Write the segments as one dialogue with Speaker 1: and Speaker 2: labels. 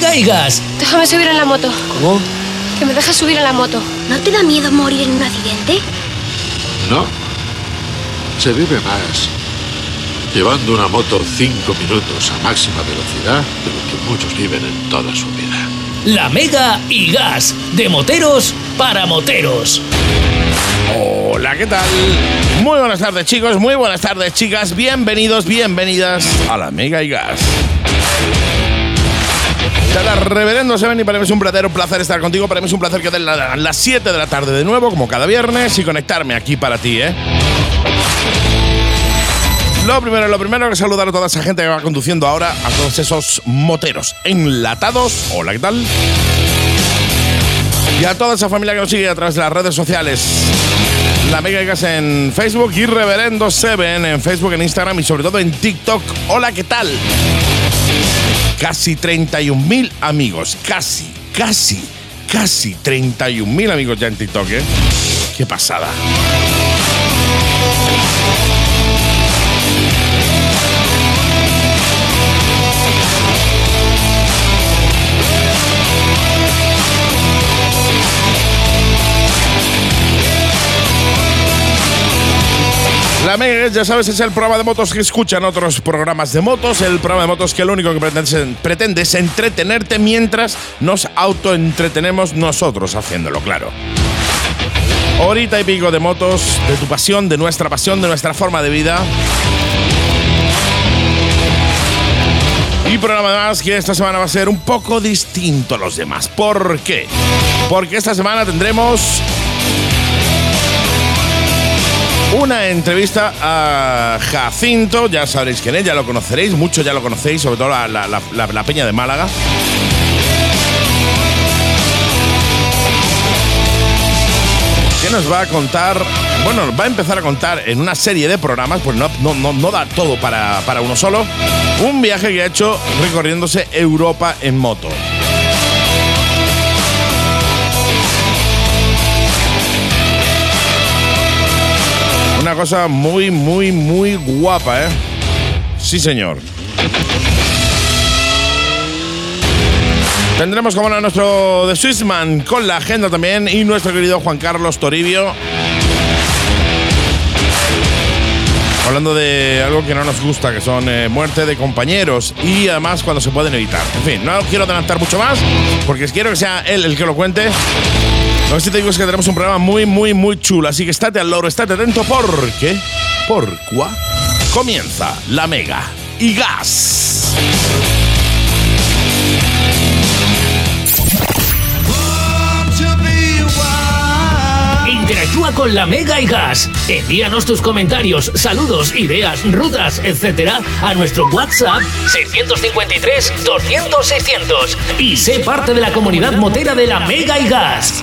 Speaker 1: caigas.
Speaker 2: Déjame subir en la moto.
Speaker 1: ¿Cómo?
Speaker 2: Que me dejes subir en la moto.
Speaker 3: ¿No te da miedo morir en un accidente?
Speaker 4: No. Se vive más llevando una moto 5 minutos a máxima velocidad de lo que muchos viven en toda su vida.
Speaker 1: La Mega y Gas, de moteros para moteros.
Speaker 5: Hola, ¿qué tal? Muy buenas tardes, chicos, muy buenas tardes, chicas. Bienvenidos, bienvenidas a la Mega y Gas. Hola, reverendo Seven, y para mí es un verdadero placer estar contigo. Para mí es un placer que den la- las 7 de la tarde de nuevo, como cada viernes, y conectarme aquí para ti, ¿eh? Lo primero, lo primero es saludar a toda esa gente que va conduciendo ahora, a todos esos moteros enlatados. Hola, ¿qué tal? Y a toda esa familia que nos sigue a través de las redes sociales. La Mega Gas en Facebook y Reverendo Seven en Facebook, en Instagram y sobre todo en TikTok. Hola, ¿qué tal? Casi 31.000 amigos. Casi, casi, casi 31.000 amigos ya en TikTok, ¿eh? ¡Qué pasada! La Mega Gas, ya sabes, es el programa de motos que escuchan otros programas de motos. El programa de motos que lo único que pretende, pretende es entretenerte mientras nos autoentretenemos nosotros haciéndolo, claro. Horita y pico de motos, de tu pasión, de nuestra pasión, de nuestra forma de vida. Y programa más que esta semana va a ser un poco distinto a los demás. ¿Por qué? Porque esta semana tendremos una entrevista a Jacinto, ya sabréis quién es, ya lo conoceréis, mucho ya lo conocéis, sobre todo la, la- la- la- la Peña de Málaga. Que nos va a contar, bueno, nos va a empezar a contar en una serie de programas, pues no, no, no- no da todo para, para uno solo, un viaje que ha hecho recorriéndose Europa en moto. Una cosa muy, muy, muy guapa, ¿eh? Sí, señor. Tendremos como no a nuestro The Swissman con la agenda también y nuestro querido Juan Carlos Toribio. Hablando de algo que no nos gusta, que son eh, muerte de compañeros y además cuando se pueden evitar. En fin, no quiero adelantar mucho más porque quiero que sea él el que lo cuente. Lo que sí te digo es que tenemos un programa muy, muy, muy chulo. Así que estate al loro, estate atento porque, por cuá, comienza la mega y gas.
Speaker 1: Interactúa con la Mega y Gas. Envíanos tus comentarios, saludos, ideas, rutas, etcétera, a nuestro WhatsApp 653 200 600 y sé parte de la comunidad motera de la Mega y Gas.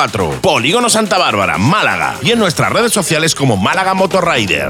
Speaker 5: Polígono Santa Bárbara, Málaga y en nuestras redes sociales como Málaga Motorrider.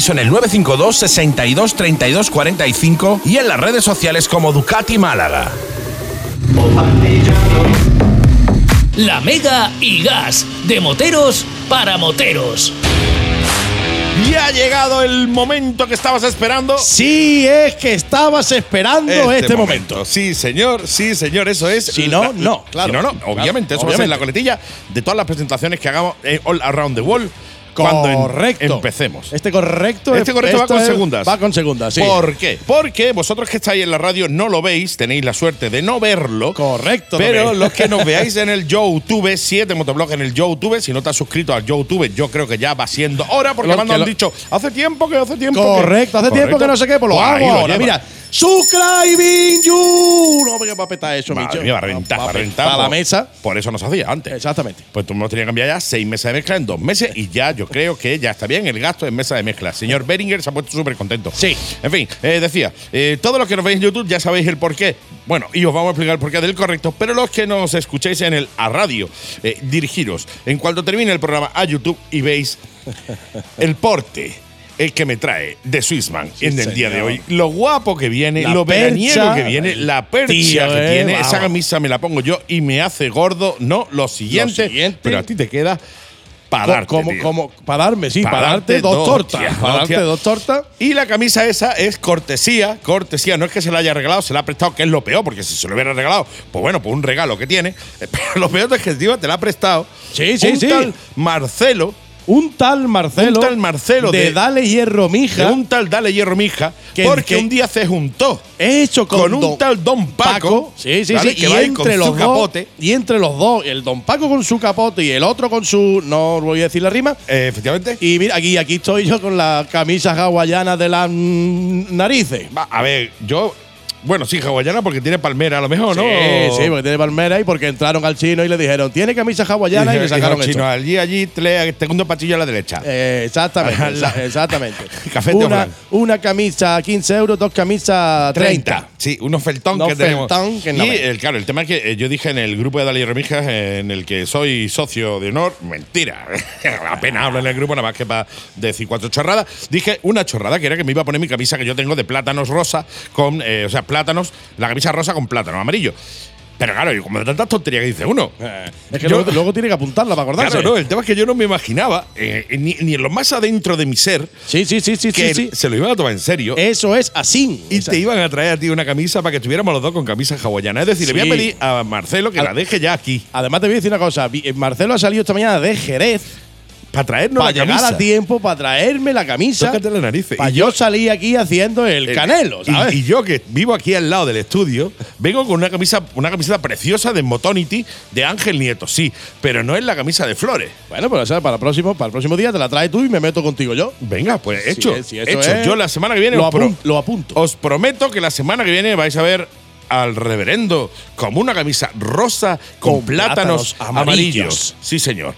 Speaker 5: en el 952 62 32 45 y en las redes sociales como Ducati Málaga.
Speaker 1: La Mega y Gas, de moteros para moteros.
Speaker 5: Y ha llegado el momento que estabas esperando.
Speaker 6: Sí, es que estabas esperando este, momento.
Speaker 5: Sí, señor, sí, señor, eso es.
Speaker 6: Si no, no.
Speaker 5: Claro,
Speaker 6: Claro, eh,
Speaker 5: no, no. Obviamente, eso va a ser la coletilla de todas las presentaciones que hagamos en All Around the World.
Speaker 7: cuando en-
Speaker 6: Correcto.
Speaker 7: empecemos.
Speaker 6: Este correcto,
Speaker 7: Este correcto va
Speaker 6: esto
Speaker 7: con
Speaker 6: es-
Speaker 7: segundas.
Speaker 6: Va con segundas, sí.
Speaker 7: ¿Por qué? Porque vosotros que estáis en la radio no lo veis, tenéis la suerte de no verlo.
Speaker 6: Correcto,
Speaker 7: Pero
Speaker 6: también.
Speaker 7: los que nos veáis en el YouTube, 7 Motoblog en el YouTube, si no te has suscrito al YouTube, yo creo que ya va siendo hora, porque
Speaker 6: Lo-
Speaker 7: además nos
Speaker 6: que
Speaker 7: han
Speaker 6: lo-
Speaker 7: dicho, hace tiempo que, hace tiempo que.
Speaker 6: Correcto, hace tiempo que no sé qué, pues lo
Speaker 7: Pues ahí
Speaker 6: hago
Speaker 7: lo
Speaker 6: ahora.
Speaker 7: lleva.
Speaker 6: Mira, subscribing you. No, porque va a petar eso,
Speaker 7: Madre
Speaker 6: Micho.
Speaker 7: mía, va a rentar, va a rentar.
Speaker 6: petar la
Speaker 7: por-
Speaker 6: mesa.
Speaker 7: Por eso no se hacía antes.
Speaker 6: Exactamente.
Speaker 7: Pues tú me lo tenías que cambiar ya seis mesas de mezcla en dos meses y ya yo creo que ya está bien el gasto en mesa de mezcla. Señor Beringer se ha puesto súper contento.
Speaker 6: Sí.
Speaker 7: En fin, eh, decía, eh, todos los que nos veis en YouTube ya sabéis el porqué. Bueno, y os vamos a explicar el porqué del correcto, pero los que nos escuchéis en el a radio, eh, dirigiros en cuanto termine el programa a YouTube y veis el porte. El que me trae de Swissman en el día de
Speaker 6: señor.
Speaker 7: hoy. Lo guapo que viene,
Speaker 6: La
Speaker 7: lo veraniego
Speaker 6: percha.
Speaker 7: que viene, la percha
Speaker 6: Tío,
Speaker 7: que
Speaker 6: eh,
Speaker 7: tiene,
Speaker 6: vamos.
Speaker 7: esa camisa me la pongo yo y me hace gordo, no lo siguiente.
Speaker 6: siguiente.
Speaker 7: Pero a ti te queda para
Speaker 6: Co-
Speaker 7: darte.
Speaker 6: como,
Speaker 7: tío.
Speaker 6: como, para darme, sí,
Speaker 7: Pa'
Speaker 6: para, darte dos tortas.
Speaker 7: tío,
Speaker 6: para darte
Speaker 7: hostia.
Speaker 6: dos tortas.
Speaker 7: Y la camisa esa es cortesía, cortesía. No es que se la haya regalado, se la ha prestado, que es lo peor, porque si se lo hubiera regalado, pues bueno, pues un regalo que tiene. Pero lo peor es que encima te la ha prestado.
Speaker 6: Sí, sí,
Speaker 7: un
Speaker 6: sí.
Speaker 7: Tal Marcelo,
Speaker 6: Un tal Marcelo.
Speaker 7: Un tal Marcelo
Speaker 6: de,
Speaker 7: de-
Speaker 6: Dale Hierro
Speaker 7: de
Speaker 6: Mija.
Speaker 7: un tal Dale Hierro Mija,
Speaker 6: Que-
Speaker 7: porque
Speaker 6: que-
Speaker 7: un día se juntó.
Speaker 6: hecho con,
Speaker 7: Con un
Speaker 6: don
Speaker 7: tal don Paco,
Speaker 6: sí, sí,
Speaker 7: ¿vale?
Speaker 6: sí,
Speaker 7: que va ahí con su
Speaker 6: dos,
Speaker 7: capote.
Speaker 6: y entre los dos, el Don Paco con su capote y el otro con su no voy a decir la rima.
Speaker 7: Eh, efectivamente.
Speaker 6: Y mira, aquí aquí estoy yo con la camisa hawaiana de las mm, narices.
Speaker 7: Va, a ver, yo. Bueno, sí, hawaiana porque tiene palmera, a lo mejor, ¿no?
Speaker 6: Eh, Sí, sí, porque tiene palmera y porque entraron al chino y le dijeron, tiene camisa hawaiana y, le sacaron
Speaker 7: Dijeron,
Speaker 6: esto.
Speaker 7: chino, allí, allí, tres, segundo patillo a la derecha.
Speaker 6: Eh, exactamente,
Speaker 7: Ajá, la-
Speaker 6: exa- exactamente.
Speaker 7: Café Teo
Speaker 6: una,
Speaker 7: Blanc.
Speaker 6: una camisa 15 euros, dos camisas 30.
Speaker 7: Sí, unos feltón
Speaker 6: Unos
Speaker 7: que tenemos.
Speaker 6: feltón que no
Speaker 7: y
Speaker 6: ven.
Speaker 7: el, claro, el tema es que eh, yo dije en el grupo de Dalí Remijas, eh, en el que soy socio de honor, mentira. Apenas hablo en el grupo, nada más que para decir cuatro chorradas. Dije una chorrada que era que me iba a poner mi camisa que yo tengo de plátanos rosa con. eh, o sea, plátanos, la camisa rosa con plátano amarillo. Pero claro, y como de tantas tonterías que dice uno.
Speaker 6: Eh, Es que
Speaker 7: Yo-
Speaker 6: luego, luego tiene que apuntarla para acordarse.
Speaker 7: Claro, no, el tema es que yo no me imaginaba, eh, ni, ni en lo más adentro de mi ser,
Speaker 6: Sí, sí, sí, sí,
Speaker 7: que
Speaker 6: sí, Eh, sí.
Speaker 7: se lo iban a tomar en serio.
Speaker 6: Eso es así.
Speaker 7: Y
Speaker 6: Exacto.
Speaker 7: te iban a traer a ti una camisa para que estuviéramos los dos con camisa hawaiana. Es decir, le voy
Speaker 6: Sí.
Speaker 7: a pedir a Marcelo que la deje ya aquí.
Speaker 6: Además, te voy a decir una cosa. Vi- eh, Marcelo ha salido esta mañana de Jerez
Speaker 7: Para traernos
Speaker 6: para
Speaker 7: la
Speaker 6: llegar
Speaker 7: camisa.
Speaker 6: a tiempo, para traerme la camisa.
Speaker 7: Tócate la nariz.
Speaker 6: Para
Speaker 7: Y
Speaker 6: yo salir aquí haciendo el
Speaker 7: Eh,
Speaker 6: canelo,
Speaker 7: y-
Speaker 6: ¿sabes?
Speaker 7: Y, yo que vivo aquí al lado del estudio, vengo con una camisa, una camiseta preciosa de Motonity de Ángel Nieto, sí, pero no es la camisa de flores.
Speaker 6: bueno, pero o sea, para el, próximo, para el próximo día te la traes tú y me meto contigo yo.
Speaker 7: Venga, pues
Speaker 6: Si
Speaker 7: hecho,
Speaker 6: es- si eso
Speaker 7: hecho.
Speaker 6: es,
Speaker 7: yo la semana que viene
Speaker 6: lo,
Speaker 7: os pro-
Speaker 6: apun- lo apunto.
Speaker 7: Os prometo que la semana que viene vais a ver al reverendo con una camisa rosa con,
Speaker 6: Con
Speaker 7: plátanos,
Speaker 6: plátanos
Speaker 7: amarillos.
Speaker 6: amarillos.
Speaker 7: Sí, señor.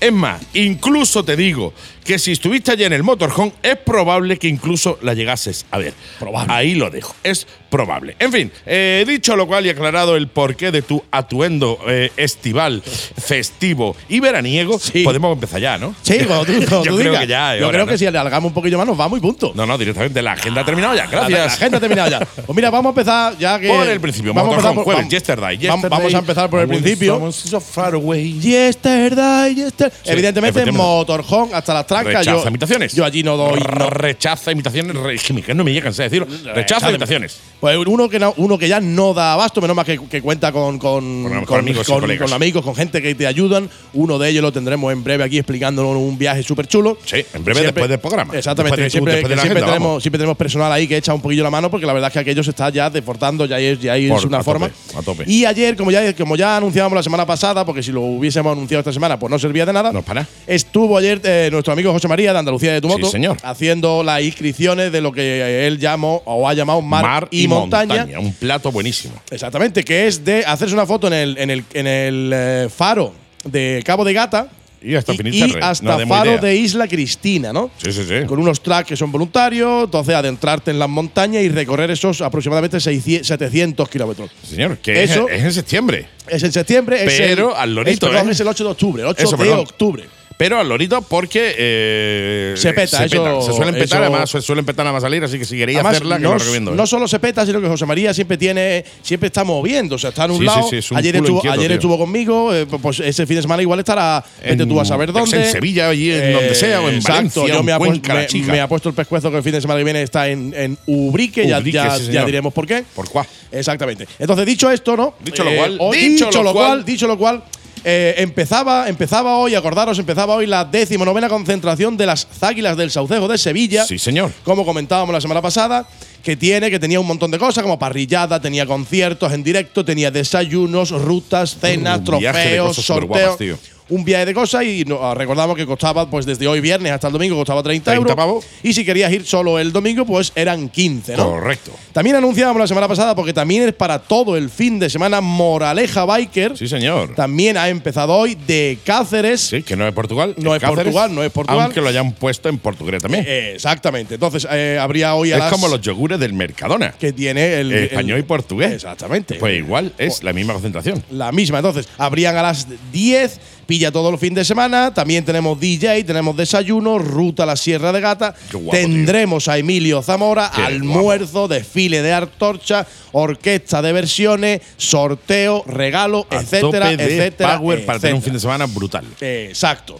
Speaker 7: Es más, incluso te digo que si estuviste allá en el motorhome, es probable que incluso la llegases a ver.
Speaker 6: Probable.
Speaker 7: Ahí lo dejo. Es probable. En fin, eh, dicho lo cual y aclarado el porqué de tu atuendo eh, estival, festivo y veraniego,
Speaker 6: Sí.
Speaker 7: podemos empezar ya, ¿no?
Speaker 6: Sí, cuando tú, cuando
Speaker 7: Yo
Speaker 6: tú
Speaker 7: creo
Speaker 6: digas.
Speaker 7: que ya es
Speaker 6: Yo
Speaker 7: hora,
Speaker 6: creo
Speaker 7: ¿no?
Speaker 6: que si alargamos un poquillo más nos vamos y punto.
Speaker 7: No, no, directamente la agenda ha terminado ya.
Speaker 6: La-
Speaker 7: Gracias.
Speaker 6: La, gente ha terminado ya. Pues mira, vamos a empezar ya que.
Speaker 7: Por el principio,
Speaker 6: Eh, a
Speaker 7: Motorhome
Speaker 6: empezar por-
Speaker 7: jueves,
Speaker 6: vam-
Speaker 7: Yesterday,
Speaker 6: vam-
Speaker 7: Yesterday.
Speaker 6: Vamos a empezar por el
Speaker 7: Always
Speaker 6: principio.
Speaker 7: someone so far away.
Speaker 6: Yesterday, yesterday. evidentemente,
Speaker 7: efectivamente.
Speaker 6: Motorhome hasta las trancas.
Speaker 7: Rechaza
Speaker 6: yo,
Speaker 7: imitaciones.
Speaker 6: Yo allí no doy. no-
Speaker 7: Rechaza imitaciones. re- es que mi- que no me llega, cansé de decirlo. Rechaza imitaciones.
Speaker 6: Pues uno que, no- uno que ya no da abasto, menos más que, que cuenta con, con,
Speaker 7: Con- con amigos y
Speaker 6: con-
Speaker 7: colegas.
Speaker 6: con amigos, con gente que te ayudan. Uno de ellos lo tendremos en breve aquí explicándonos un viaje súper chulo.
Speaker 7: Sí, en breve, después del programa.
Speaker 6: Exactamente,
Speaker 7: Después de-
Speaker 6: siempre,
Speaker 7: después de la
Speaker 6: siempre
Speaker 7: agenda,
Speaker 6: tenemos,
Speaker 7: vamos.
Speaker 6: siempre tenemos personal ahí que echa un poquillo la mano porque la verdad es que aquello se está ya desbordando, ya es, ya es
Speaker 7: Por-
Speaker 6: una
Speaker 7: a
Speaker 6: forma.
Speaker 7: tope, a tope.
Speaker 6: Y ayer, como ya, como ya anunciábamos la semana pasada, porque si lo hubiésemos anunciado esta semana, pues no servía de nada.
Speaker 7: No, para.
Speaker 6: Estuvo ayer eh, nuestro amigo José María de Andalucía de tu
Speaker 7: Sí,
Speaker 6: moto
Speaker 7: señor.
Speaker 6: haciendo las inscripciones de lo que él llamó o ha llamado mar, y, montaña.
Speaker 7: Un plato buenísimo.
Speaker 6: Exactamente, que es de hacerse una foto en el, en el, en el eh, faro de Cabo de Gata.
Speaker 7: Y hasta Finisterre, no
Speaker 6: hasta
Speaker 7: demos
Speaker 6: faro
Speaker 7: idea.
Speaker 6: de Isla Cristina, ¿no?
Speaker 7: Sí, sí, sí.
Speaker 6: Con unos tracks que son voluntarios, entonces adentrarte en las montañas y recorrer esos aproximadamente 600, 700 kilómetros.
Speaker 7: Señor, que
Speaker 6: Eso-
Speaker 7: es, es en septiembre.
Speaker 6: Es en septiembre, es
Speaker 7: Pero
Speaker 6: el,
Speaker 7: al lorito,
Speaker 6: es, perdón,
Speaker 7: ¿eh?
Speaker 6: es el 8 de octubre, el 8
Speaker 7: Eso,
Speaker 6: de
Speaker 7: perdón.
Speaker 6: octubre.
Speaker 7: Pero al lorito porque eh,
Speaker 6: Se peta, eso-
Speaker 7: petan. se suelen petar,
Speaker 6: eso-
Speaker 7: además se suelen petar nada más salir, así que si queréis
Speaker 6: Además,
Speaker 7: hacerla, que
Speaker 6: no,
Speaker 7: lo recomiendo. ¿eh?
Speaker 6: no solo se peta, sino que José María siempre tiene, siempre está moviendo. O sea, está en un
Speaker 7: Sí,
Speaker 6: lado.
Speaker 7: sí, sí, es un
Speaker 6: ayer
Speaker 7: culo
Speaker 6: estuvo,
Speaker 7: inquieto,
Speaker 6: ayer
Speaker 7: tío.
Speaker 6: estuvo conmigo. eh, pues ese fin de semana igual estará. Vete
Speaker 7: En-
Speaker 6: tú a saber dónde. Eh,
Speaker 7: en Sevilla, allí en donde sea, o en Valencia,
Speaker 6: Yo
Speaker 7: en
Speaker 6: me, ha
Speaker 7: Cuenca,
Speaker 6: puesto-
Speaker 7: la
Speaker 6: me-
Speaker 7: chica.
Speaker 6: me ha puesto el pescuezo que el fin de semana que viene está en, en Ubrique. ya-
Speaker 7: Ubrique,
Speaker 6: ya,
Speaker 7: sí,
Speaker 6: ya
Speaker 7: señor.
Speaker 6: diremos por qué.
Speaker 7: ¿Por cuá?
Speaker 6: Exactamente. Entonces, dicho esto, ¿no? Eh,
Speaker 7: Dicho lo cual-
Speaker 6: o
Speaker 7: dicho
Speaker 6: dicho
Speaker 7: lo
Speaker 6: lo
Speaker 7: cual-
Speaker 6: cual, dicho lo cual, Eh, empezaba, empezaba hoy, acordaros, empezaba hoy la decimonovena concentración de las Águilas del Saucejo de Sevilla.
Speaker 7: Sí, señor.
Speaker 6: Como comentábamos la semana pasada, que tiene, que tenía un montón de cosas, como parrillada, tenía conciertos en directo, tenía desayunos, rutas, cenas,
Speaker 7: Un viaje de
Speaker 6: trofeos,
Speaker 7: cosas superguapas,
Speaker 6: sorteos.
Speaker 7: tío.
Speaker 6: Un viaje de cosas y no- ah, recordamos que costaba, pues desde hoy viernes hasta el domingo, costaba 30,
Speaker 7: 30
Speaker 6: euros.
Speaker 7: pavos.
Speaker 6: Y si querías ir solo el domingo, pues eran 15, ¿no?
Speaker 7: Correcto.
Speaker 6: También anunciábamos la semana pasada, porque también es para todo el fin de semana, Moraleja Biker.
Speaker 7: Sí, señor.
Speaker 6: También ha empezado hoy de Cáceres.
Speaker 7: Sí, que no es Portugal.
Speaker 6: No es
Speaker 7: Cáceres,
Speaker 6: Portugal, no es Portugal.
Speaker 7: Aunque lo hayan puesto en portugués también.
Speaker 6: Eh, exactamente. Entonces, eh, habría hoy a
Speaker 7: es
Speaker 6: las
Speaker 7: como los yogures del Mercadona.
Speaker 6: que tiene el, el-
Speaker 7: español y portugués.
Speaker 6: Exactamente.
Speaker 7: Pues igual es la misma concentración.
Speaker 6: La misma. Entonces, abrían a las 10, pilla todo el fin de semana. También tenemos DJ, tenemos desayuno, ruta a la Sierra de Gata.
Speaker 7: Qué guapo,
Speaker 6: Tendremos a Emilio Zamora,
Speaker 7: Qué
Speaker 6: almuerzo, desfile de antorcha, orquesta de versiones, sorteo, regalo,
Speaker 7: A
Speaker 6: etcétera,
Speaker 7: tope de
Speaker 6: etcétera.
Speaker 7: Power para tener un
Speaker 6: etcétera.
Speaker 7: fin de semana brutal.
Speaker 6: Exacto.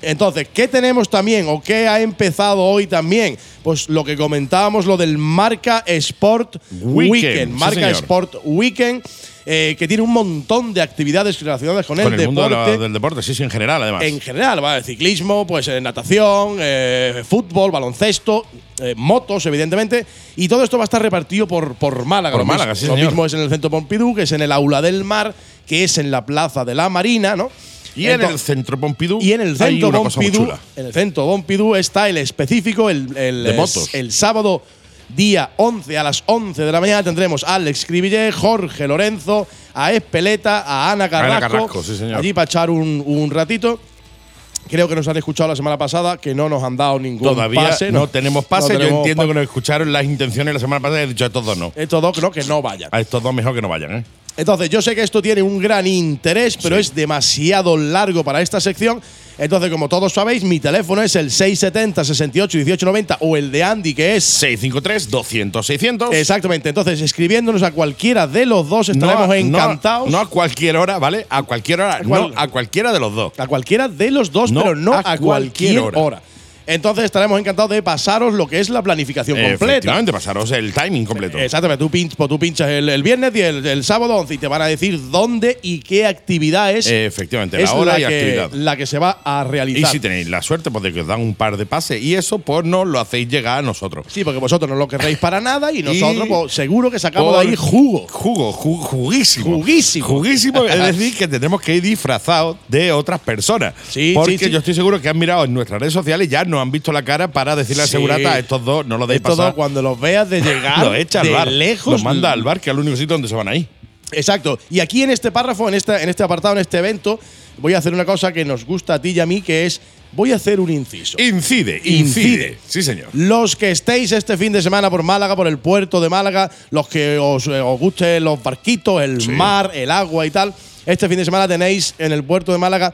Speaker 6: Entonces, ¿qué tenemos también o qué ha empezado hoy también? Pues lo que comentábamos, lo del Marca Sport
Speaker 7: Weekend,
Speaker 6: Weekend.
Speaker 7: sí,
Speaker 6: Marca
Speaker 7: señor.
Speaker 6: Sport Weekend, eh, que tiene un montón de actividades relacionadas con,
Speaker 7: Con
Speaker 6: el,
Speaker 7: el mundo de
Speaker 6: deporte.
Speaker 7: la- del deporte, sí, sí, en general, además.
Speaker 6: en general, ¿vale? ciclismo, pues eh, natación, eh, fútbol, baloncesto, eh, motos, evidentemente. Y todo esto va a estar repartido por, por Málaga.
Speaker 7: Por
Speaker 6: lo mismo.
Speaker 7: Málaga, sí,
Speaker 6: Lo
Speaker 7: señor.
Speaker 6: mismo es en el centro Pompidou, que es en el Aula del Mar, que es en la Plaza de la Marina, ¿no?
Speaker 7: y en el
Speaker 6: Entonces-
Speaker 7: centro Pompidou.
Speaker 6: y en el
Speaker 7: hay
Speaker 6: centro
Speaker 7: una cosa muy
Speaker 6: Pompidou,
Speaker 7: chula.
Speaker 6: en el centro Pompidou está el específico, el, el,
Speaker 7: De motos.
Speaker 6: el sábado día 11 a las 11 de la mañana tendremos a Alex Cribillé, Jorge Lorenzo, a Espeleta, a Ana Carrasco,
Speaker 7: Carrasco, sí, señor.
Speaker 6: allí para echar un, un ratito. Creo que nos han escuchado la semana pasada, que no nos han dado ningún
Speaker 7: Todavía
Speaker 6: pase.
Speaker 7: no, tenemos pase.
Speaker 6: no
Speaker 7: Yo
Speaker 6: tenemos
Speaker 7: entiendo
Speaker 6: pa-
Speaker 7: que nos escucharon las intenciones la semana pasada y he dicho a estos dos no.
Speaker 6: Estos dos creo que no vayan.
Speaker 7: A estos dos mejor que no vayan, ¿eh?
Speaker 6: Entonces, yo sé que esto tiene un gran interés, pero es demasiado largo para esta sección. Entonces, como todos sabéis, mi teléfono es el 670 68 18 90 o el de Andy, que es.
Speaker 7: 653 200 600
Speaker 6: Exactamente. Entonces, escribiéndonos a cualquiera de los dos, estaremos
Speaker 7: a-
Speaker 6: encantados.
Speaker 7: No, a cualquier hora, ¿vale? A cualquier hora,
Speaker 6: cual-
Speaker 7: no a cualquiera de los dos.
Speaker 6: A cualquiera de los dos,
Speaker 7: No,
Speaker 6: pero no
Speaker 7: a
Speaker 6: a,
Speaker 7: cualquier
Speaker 6: cualquier,
Speaker 7: hora.
Speaker 6: hora. Entonces, estaremos encantados de pasaros lo que es la planificación completa.
Speaker 7: Efectivamente, pasaros el timing completo.
Speaker 6: Exactamente, tú, pinch- pues tú pinchas el, el viernes y el, el sábado 11 y te van a decir dónde y qué actividad es.
Speaker 7: Efectivamente,
Speaker 6: es
Speaker 7: la hora y
Speaker 6: que,
Speaker 7: actividad.
Speaker 6: La que se va a
Speaker 7: Y
Speaker 6: realizar.
Speaker 7: si tenéis la suerte, pues de que os dan un par de pases y eso, pues nos lo hacéis llegar a nosotros.
Speaker 6: Sí, porque vosotros no lo querréis para nada y nosotros
Speaker 7: Y-
Speaker 6: pues, seguro que sacamos de ahí
Speaker 7: Por-
Speaker 6: jugo.
Speaker 7: Jugo, Pues ju- juguísimo.
Speaker 6: Juguísimo.
Speaker 7: Juguísimo,
Speaker 6: pues,
Speaker 7: es decir, que tenemos que ir disfrazados de otras personas.
Speaker 6: Sí,
Speaker 7: Porque
Speaker 6: sí, sí.
Speaker 7: yo estoy seguro que han mirado en nuestras redes sociales y ya nos han visto la cara para decirle a
Speaker 6: Sí.
Speaker 7: segurata a estos dos, no lo deis
Speaker 6: Esto
Speaker 7: pasar.
Speaker 6: todo cuando los veas de llegar
Speaker 7: lo echa al
Speaker 6: de
Speaker 7: bar.
Speaker 6: lejos.
Speaker 7: Los manda al bar, que es el único sitio donde se van ahí.
Speaker 6: Exacto. Y aquí en este párrafo, en, esta, en este apartado, en este evento, voy a hacer una cosa que nos gusta a ti y a mí, que es voy a hacer un inciso.
Speaker 7: Incide, incide.
Speaker 6: Incide.
Speaker 7: Sí, señor.
Speaker 6: Los que estéis este fin de semana por Málaga, por el puerto de Málaga, los que os, eh, os gusten los barquitos, el
Speaker 7: Sí.
Speaker 6: mar, el agua y tal, este fin de semana tenéis en el puerto de Málaga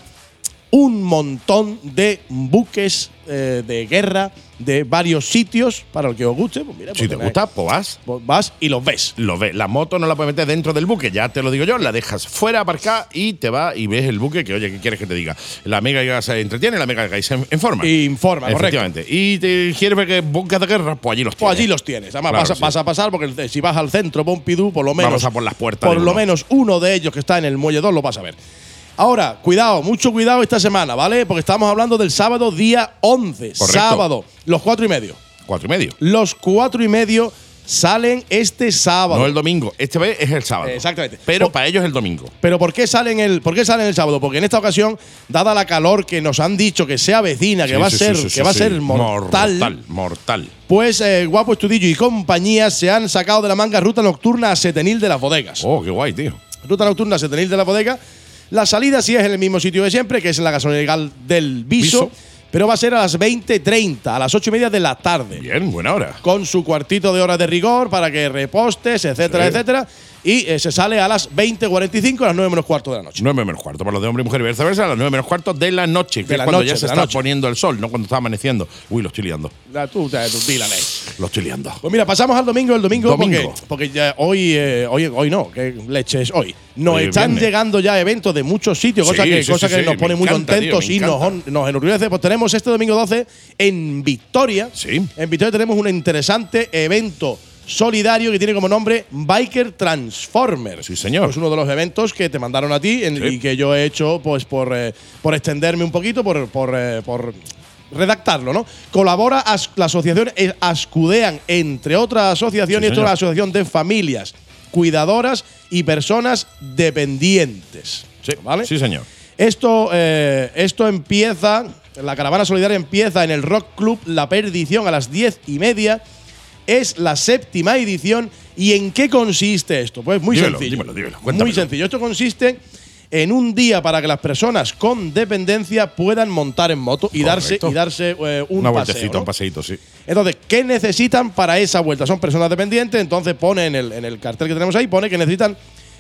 Speaker 6: un montón de buques eh, de guerra de varios sitios para el que os guste. Pues mira,
Speaker 7: Si
Speaker 6: pues
Speaker 7: te
Speaker 6: tenéis-
Speaker 7: gusta, pues vas.
Speaker 6: pues vas y los ves.
Speaker 7: Lo ves. La moto no la puedes meter dentro del buque, ya te lo digo yo. La dejas fuera, aparcada y te vas y ves el buque. Que oye, ¿qué quieres que te diga? La Mega Gas se entretiene, la Mega Gas se en- informa.
Speaker 6: Informa, correcto.
Speaker 7: Efectivamente. Y te quieres ver que buques de guerra, pues allí los tienes.
Speaker 6: Pues allí los tienes. Además,
Speaker 7: Claro
Speaker 6: vas, a,
Speaker 7: que sí.
Speaker 6: vas a pasar porque el- si vas al centro Pompidou, por lo menos.
Speaker 7: Vamos a por las puertas
Speaker 6: Por
Speaker 7: de
Speaker 6: lo
Speaker 7: uno.
Speaker 6: menos uno de ellos que está en el muelle 2 lo vas a ver. Ahora, cuidado, mucho cuidado esta semana, ¿vale? Porque estamos hablando del sábado día 11.
Speaker 7: Correcto.
Speaker 6: Sábado, los cuatro y medio.
Speaker 7: Cuatro y medio.
Speaker 6: Los cuatro y medio salen este sábado.
Speaker 7: No el domingo. Este vez es el sábado.
Speaker 6: Exactamente.
Speaker 7: Pero
Speaker 6: O-
Speaker 7: para ellos el domingo.
Speaker 6: Pero ¿por qué, salen el, ¿por qué salen el sábado? Porque en esta ocasión, dada la calor que nos han dicho que sea vecina, que
Speaker 7: Sí,
Speaker 6: va a
Speaker 7: sí, sí,
Speaker 6: ser,
Speaker 7: sí,
Speaker 6: que
Speaker 7: sí,
Speaker 6: va a
Speaker 7: sí.
Speaker 6: ser
Speaker 7: Mortal, mortal.
Speaker 6: Pues eh, Guapo Estudillo y compañía se han sacado de la manga ruta nocturna a Setenil de las bodegas.
Speaker 7: Oh, qué guay, tío.
Speaker 6: Ruta nocturna a Setenil de las bodegas. La salida sí es en el mismo sitio de siempre, que es en la gasolinera legal del Viso,
Speaker 7: Viso.
Speaker 6: pero va a ser a las 20.30, a las 8 y media de la tarde.
Speaker 7: Bien, buena hora.
Speaker 6: Con su cuartito de hora de rigor para que repostes, etcétera,
Speaker 7: Sí.
Speaker 6: etcétera. Y eh, se sale a las 20.45, a las 9 menos cuarto de la noche.
Speaker 7: 9 menos cuarto para los de hombre y mujer y viceversa, a las 9 menos cuarto de la noche, que
Speaker 6: De
Speaker 7: es
Speaker 6: la
Speaker 7: cuando
Speaker 6: noche,
Speaker 7: ya se
Speaker 6: de la
Speaker 7: está
Speaker 6: noche.
Speaker 7: poniendo el sol, no cuando está amaneciendo. Uy, lo estoy liando.
Speaker 6: La, tú, la- tú, di la ley.
Speaker 7: Lo estoy liando.
Speaker 6: Pues mira, pasamos al domingo, el domingo,
Speaker 7: Domingo.
Speaker 6: porque, porque ya hoy, eh, hoy, hoy no, que leche es hoy. Nos
Speaker 7: Hoy es
Speaker 6: están
Speaker 7: viernes.
Speaker 6: llegando ya eventos de muchos sitios,
Speaker 7: Sí,
Speaker 6: cosa que,
Speaker 7: sí,
Speaker 6: cosa
Speaker 7: sí,
Speaker 6: que
Speaker 7: sí,
Speaker 6: nos
Speaker 7: me
Speaker 6: pone muy
Speaker 7: encanta, tío,
Speaker 6: contentos
Speaker 7: me
Speaker 6: y nos, hon- nos enorgullece. Pues tenemos este domingo 12 en Victoria.
Speaker 7: Sí.
Speaker 6: En Victoria tenemos un interesante evento solidario que tiene como nombre Biker Transformers.
Speaker 7: Sí, señor.
Speaker 6: Pues uno de los eventos que te mandaron a ti en-
Speaker 7: Sí.
Speaker 6: y que yo he hecho pues por, eh, por extenderme un poquito, por, por, eh, por redactarlo, ¿no? Colabora as- la asociación eh, Ascudean, entre otras asociaciones,
Speaker 7: Sí,
Speaker 6: esto es la
Speaker 7: señor.
Speaker 6: Asociación de Familias, Cuidadoras y Personas Dependientes.
Speaker 7: Sí,
Speaker 6: ¿Vale?
Speaker 7: sí, señor.
Speaker 6: Esto, eh, esto empieza, la caravana solidaria empieza en el Rock Club La Perdición a las diez y media. Es la séptima edición. ¿Y en qué consiste esto? Pues muy
Speaker 7: Dímelo,
Speaker 6: sencillo.
Speaker 7: dímelo, dímelo, cuéntamelo.
Speaker 6: muy sencillo. Esto consiste en un día para que las personas con dependencia puedan montar en moto y darse,
Speaker 7: Correcto.
Speaker 6: y darse eh, un
Speaker 7: Una
Speaker 6: paseo,
Speaker 7: vueltecita,
Speaker 6: ¿no?
Speaker 7: un paseíto, sí.
Speaker 6: Entonces, ¿qué necesitan para esa vuelta? Son personas dependientes, entonces pone en el, en el cartel que tenemos ahí, pone que necesitan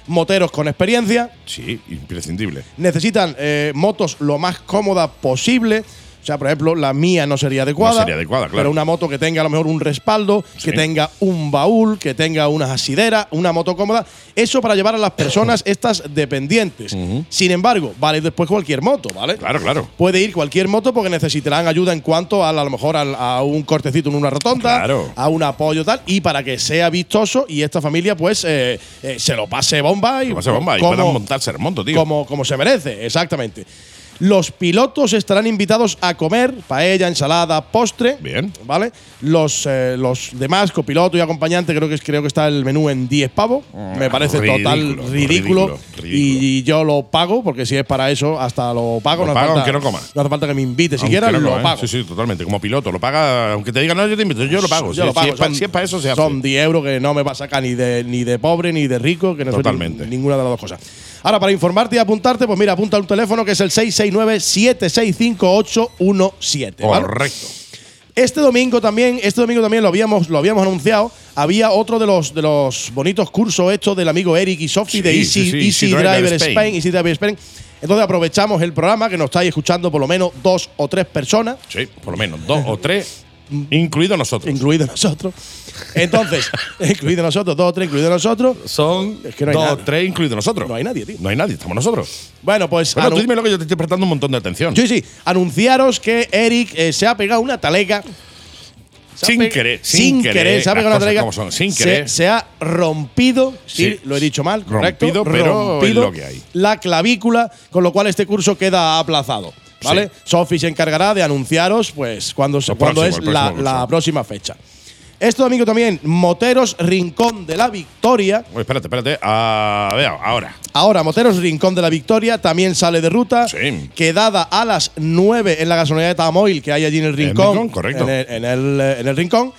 Speaker 6: moteros con experiencia,
Speaker 7: Sí, imprescindible.
Speaker 6: necesitan eh, motos lo más cómoda posible. O sea, por ejemplo, la mía no sería adecuada.
Speaker 7: No sería adecuada, claro.
Speaker 6: Pero una moto que tenga a lo mejor un respaldo,
Speaker 7: Sí.
Speaker 6: que tenga un baúl, que tenga unas asideras, una moto cómoda. Eso para llevar a las personas estas dependientes. Sin embargo, vale después cualquier moto, ¿vale?
Speaker 7: Claro, claro.
Speaker 6: Puede ir cualquier moto porque necesitarán ayuda en cuanto a, a lo mejor al- a, un cortecito en una rotonda,
Speaker 7: Claro.
Speaker 6: a un apoyo tal, y para que sea vistoso y esta familia pues eh, eh, se lo pase bomba y,
Speaker 7: Que pase bomba y
Speaker 6: como-
Speaker 7: puedan montarse el monto, tío.
Speaker 6: como, como se merece, exactamente. Los pilotos estarán invitados a comer paella, ensalada, postre.
Speaker 7: Bien.
Speaker 6: ¿Vale? Los, eh, los demás, copiloto y acompañante, creo que, es- creo que está el menú en 10 pavos. Me parece
Speaker 7: Mm, ridículo,
Speaker 6: total ridículo.
Speaker 7: ridículo,
Speaker 6: y-
Speaker 7: ridículo.
Speaker 6: Y, yo lo pago, porque si es para eso, hasta lo pago.
Speaker 7: Lo
Speaker 6: hace
Speaker 7: pago
Speaker 6: falta-
Speaker 7: aunque no coma.
Speaker 6: No hace falta que me invite
Speaker 7: Aunque
Speaker 6: siquiera,
Speaker 7: no,
Speaker 6: lo
Speaker 7: ¿eh?
Speaker 6: pago.
Speaker 7: Sí, sí, totalmente. Como piloto, lo paga, aunque te digan, no, yo te invito, yo lo pago.
Speaker 6: Yo
Speaker 7: si,
Speaker 6: lo pago.
Speaker 7: Si, es pa- si es
Speaker 6: Son-
Speaker 7: para, eso, se hace.
Speaker 6: Son 10 euros que no me va a sacar ni de, ni de pobre ni de rico, que no soy ni-
Speaker 7: Totalmente.
Speaker 6: ninguna de las dos cosas. Ahora, para informarte y apuntarte, pues mira, apunta un teléfono que es el 669-765817. ¿vale?
Speaker 7: Correcto.
Speaker 6: Este domingo también, este domingo también lo habíamos, lo habíamos anunciado. Había otro de los, de los bonitos cursos estos del amigo Eric y Sofi
Speaker 7: Sí,
Speaker 6: de Easy,
Speaker 7: sí, sí,
Speaker 6: Easy
Speaker 7: Easy
Speaker 6: Driver,
Speaker 7: Driver
Speaker 6: Spain.
Speaker 7: Spain.
Speaker 6: Easy Driver Spain. Entonces aprovechamos el programa, que nos estáis escuchando por lo menos dos o tres personas.
Speaker 7: Sí, por lo menos dos o tres, incluido nosotros.
Speaker 6: Pues incluido nosotros. Entonces, incluido nosotros, dos o tres, incluido nosotros.
Speaker 7: Son
Speaker 6: Es que no hay
Speaker 7: dos o
Speaker 6: nada.
Speaker 7: tres, incluido nosotros.
Speaker 6: No hay nadie, tío.
Speaker 7: No hay nadie, estamos nosotros.
Speaker 6: Bueno, pues.
Speaker 7: Bueno, tú
Speaker 6: anu-
Speaker 7: dime lo que yo te estoy prestando un montón de atención.
Speaker 6: Sí, sí. Anunciaros que Eric eh, se ha pegado una talega. Se ha
Speaker 7: Sin
Speaker 6: pe-
Speaker 7: querer,
Speaker 6: Sin,
Speaker 7: sin
Speaker 6: querer.
Speaker 7: querer,
Speaker 6: Se ha
Speaker 7: las
Speaker 6: pegado una
Speaker 7: cosas
Speaker 6: talega.
Speaker 7: como son, sin
Speaker 6: Se-
Speaker 7: querer.
Speaker 6: Se, ha rompido. Sí,
Speaker 7: Sí,
Speaker 6: lo he dicho mal. correcto,
Speaker 7: rompido, pero
Speaker 6: rompido
Speaker 7: es lo que hay.
Speaker 6: La clavícula, con lo cual este curso queda aplazado. ¿Vale?
Speaker 7: Sí.
Speaker 6: Sofi se encargará de anunciaros, pues, cuándo se-
Speaker 7: Lo
Speaker 6: cuándo
Speaker 7: próximo,
Speaker 6: es
Speaker 7: el
Speaker 6: la,
Speaker 7: próximo
Speaker 6: la
Speaker 7: curso.
Speaker 6: próxima fecha. Este domingo también, Moteros Rincón de la Victoria.
Speaker 7: Oye, espérate, espérate. A ver, ahora.
Speaker 6: Ahora, Moteros Rincón de la Victoria también sale de ruta.
Speaker 7: Sí.
Speaker 6: Quedada a las 9 en la gasolinería de Tamoil, que hay allí en el Rincón.
Speaker 7: Rincón, correcto.
Speaker 6: En el, en el, eh, en el Rincón.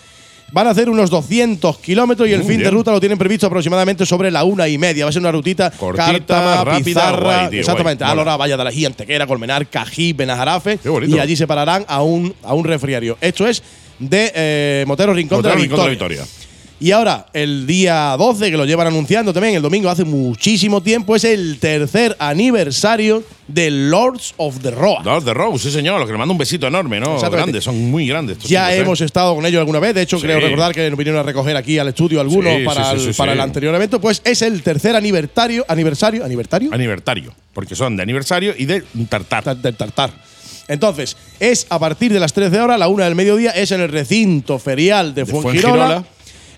Speaker 6: Van a hacer unos 200 kilómetros y el
Speaker 7: Muy
Speaker 6: fin de
Speaker 7: bien.
Speaker 6: ruta lo tienen previsto aproximadamente sobre la una y media. Va a ser una rutita
Speaker 7: Cortita,
Speaker 6: Cártama,
Speaker 7: rápida,
Speaker 6: Pizarra,
Speaker 7: guay, tío,
Speaker 6: exactamente.
Speaker 7: guay.
Speaker 6: a la hora
Speaker 7: Mola.
Speaker 6: Valla de la Gía, Antequera, Colmenar, Cají, Benajarafe.
Speaker 7: Qué bonito.
Speaker 6: Y allí se pararán a un, a un refriario. Esto es de eh, Moteros Rincón,
Speaker 7: Contra,
Speaker 6: de, la
Speaker 7: contra la
Speaker 6: Victoria.
Speaker 7: victoria.
Speaker 6: Y ahora, el día 12, que lo llevan anunciando también, el domingo hace muchísimo tiempo, es el tercer aniversario de Lords of the Roa.
Speaker 7: Dos de Rose, sí, señor, los que le mando un besito enorme, ¿no?
Speaker 6: Exactamente.
Speaker 7: Grandes, son muy grandes. estos
Speaker 6: Ya
Speaker 7: chicos, ¿eh?
Speaker 6: hemos estado con ellos alguna vez, de hecho
Speaker 7: Sí.
Speaker 6: creo recordar que nos vinieron a recoger aquí al estudio algunos
Speaker 7: Sí,
Speaker 6: para,
Speaker 7: sí, sí,
Speaker 6: el,
Speaker 7: sí,
Speaker 6: para
Speaker 7: sí.
Speaker 6: el anterior evento, pues es el tercer aniversario, aniversario, aniversario
Speaker 7: Aniversario, porque son de aniversario y de tartar.
Speaker 6: tar- del tartar. Entonces, es a partir de las 13 horas, la una del mediodía, es en el recinto ferial de
Speaker 7: De
Speaker 6: Fuengirola.
Speaker 7: Fuengirola.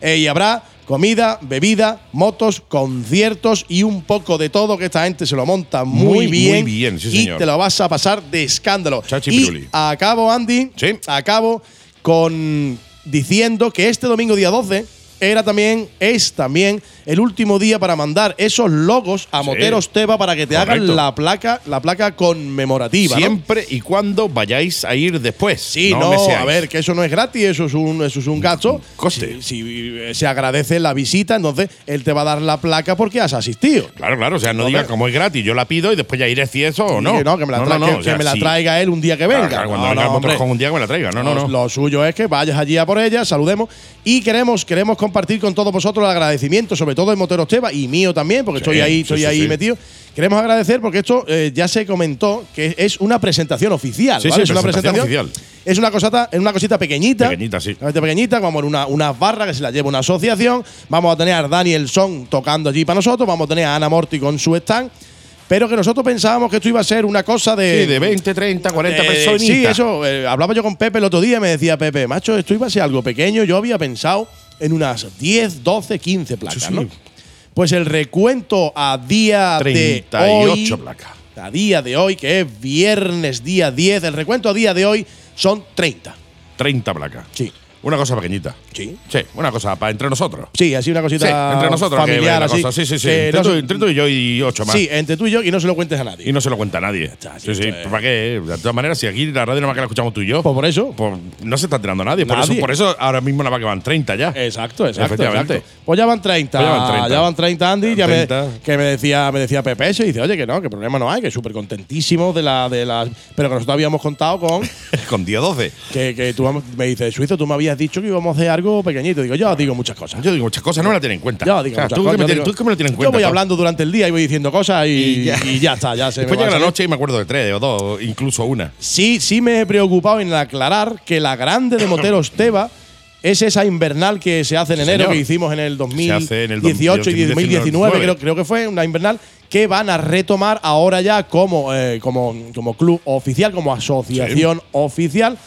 Speaker 6: eh, y habrá comida, bebida, motos, conciertos y un poco de todo que esta gente se lo monta muy,
Speaker 7: Muy, muy
Speaker 6: bien.
Speaker 7: bien, sí,
Speaker 6: y
Speaker 7: señor.
Speaker 6: te lo vas a pasar de escándalo.
Speaker 7: Chachi
Speaker 6: y
Speaker 7: Piruli.
Speaker 6: acabo, Andy,
Speaker 7: Sí.
Speaker 6: acabo con diciendo que este domingo día 12 era también, es también el último día para mandar esos logos a
Speaker 7: Sí.
Speaker 6: Moteros Teba para que te hagan
Speaker 7: Correcto.
Speaker 6: la placa, la placa conmemorativa. ¿no?
Speaker 7: Siempre y cuando vayáis a ir después.
Speaker 6: Sí, no,
Speaker 7: me seáis.
Speaker 6: a ver, que eso no es gratis, eso es un, eso es un gasto.
Speaker 7: Coste.
Speaker 6: Si, si, eh, se agradece la visita, entonces él te va a dar la placa porque has asistido.
Speaker 7: Claro, claro, o sea, no
Speaker 6: Hombre.
Speaker 7: digas como es gratis, yo la pido y después ya iré si eso o no.
Speaker 6: Que no, que me la,
Speaker 7: no,
Speaker 6: tra-
Speaker 7: no,
Speaker 6: que-
Speaker 7: o
Speaker 6: que
Speaker 7: sea,
Speaker 6: me la
Speaker 7: sí.
Speaker 6: traiga él un día que venga.
Speaker 7: Claro, claro, cuando
Speaker 6: No,
Speaker 7: venga
Speaker 6: no,
Speaker 7: el
Speaker 6: hombre.
Speaker 7: motor con un día que me la traiga. No, no, no.
Speaker 6: Lo suyo es que vayas allí a por ella, saludemos y queremos, queremos compartir con todos vosotros el agradecimiento, sobre todo de Moteros Teba y mío también, porque
Speaker 7: Sí,
Speaker 6: estoy ahí,
Speaker 7: sí,
Speaker 6: estoy
Speaker 7: sí,
Speaker 6: ahí
Speaker 7: sí.
Speaker 6: metido. Queremos agradecer porque esto eh, ya se comentó que es una presentación oficial.
Speaker 7: Sí,
Speaker 6: ¿vale?
Speaker 7: sí,
Speaker 6: es una
Speaker 7: presentación
Speaker 6: Es una cosita, es una cosita pequeñita.
Speaker 7: Pequeñita, sí.
Speaker 6: Realmente pequeñita, vamos a poner una, unas barras que se las lleva una asociación. Vamos a tener a Daniel Son tocando allí para nosotros. Vamos a tener a Ana Morti con su stand. Pero que nosotros pensábamos que esto iba a ser una cosa de.
Speaker 7: Sí, de 20, 30, 40
Speaker 6: Eh,
Speaker 7: personas.
Speaker 6: Sí, eso. eh, hablaba yo con Pepe el otro día y me decía, Pepe, macho, esto iba a ser algo pequeño. Yo había pensado en unas 10, 12, 15 placas,
Speaker 7: Sí, sí.
Speaker 6: ¿no? Pues el recuento a día de hoy…
Speaker 7: 38 placas.
Speaker 6: A día de hoy, que es viernes día 10, el recuento a día de hoy son 30.
Speaker 7: 30 placas.
Speaker 6: Sí.
Speaker 7: Una cosa pequeñita.
Speaker 6: Sí.
Speaker 7: Sí, una cosa para entre nosotros.
Speaker 6: Sí, así una cosita
Speaker 7: Sí, entre nosotros. que
Speaker 6: familiar,
Speaker 7: la
Speaker 6: así.
Speaker 7: cosa. Sí, sí, sí.
Speaker 6: que
Speaker 7: Entre,
Speaker 6: no
Speaker 7: tú,
Speaker 6: se-
Speaker 7: entre tú y yo y ocho más.
Speaker 6: Sí, entre tú y yo y no se lo cuentes a nadie.
Speaker 7: Y no se lo cuenta a nadie.
Speaker 6: sí,
Speaker 7: Sí, sí.
Speaker 6: esto es-
Speaker 7: ¿Para qué? De todas maneras, si aquí la radio nada más que la escuchamos tú y yo,
Speaker 6: Pues por eso.
Speaker 7: pues no se está enterando nadie. Por,
Speaker 6: Nadie.
Speaker 7: Eso, por eso ahora mismo nada más que van 30 ya.
Speaker 6: Exacto, exacto,
Speaker 7: Efectivamente.
Speaker 6: exacto. Pues ya van 30.
Speaker 7: Pues ya van 30.
Speaker 6: ya van 30, Andy. Ya me-
Speaker 7: 30.
Speaker 6: que me decía, me decía Pepe eso y dice, oye, que no, que problema no hay, que súper contentísimo de la, de las. Pero que nosotros habíamos contado con
Speaker 7: Con día 12.
Speaker 6: que, que tú am- me dices, Suizo, tú me habías dicho que íbamos a hacer algo pequeñito. Digo, yo digo muchas cosas.
Speaker 7: Yo digo muchas cosas, no me la tienen en cuenta.
Speaker 6: Yo digo
Speaker 7: O sea,
Speaker 6: muchas
Speaker 7: tú,
Speaker 6: cosas,
Speaker 7: que me
Speaker 6: yo
Speaker 7: tienes-
Speaker 6: digo-
Speaker 7: tú que me lo tienes en
Speaker 6: yo
Speaker 7: cuenta.
Speaker 6: voy
Speaker 7: todo.
Speaker 6: hablando durante el día y voy diciendo cosas y,
Speaker 7: Y
Speaker 6: y
Speaker 7: ya.
Speaker 6: ya. está, ya se
Speaker 7: Después
Speaker 6: me va
Speaker 7: llega la
Speaker 6: salir.
Speaker 7: noche y me acuerdo de tres o dos, incluso una.
Speaker 6: Sí, sí me he preocupado en aclarar que la grande de Moteros Teba es esa invernal que se hace en
Speaker 7: Sí,
Speaker 6: enero,
Speaker 7: señor.
Speaker 6: que hicimos en el
Speaker 7: hace en el
Speaker 6: 2018 y 2019, creo, creo que fue una invernal que van a retomar ahora ya como, eh, como, como club oficial, como asociación oficial.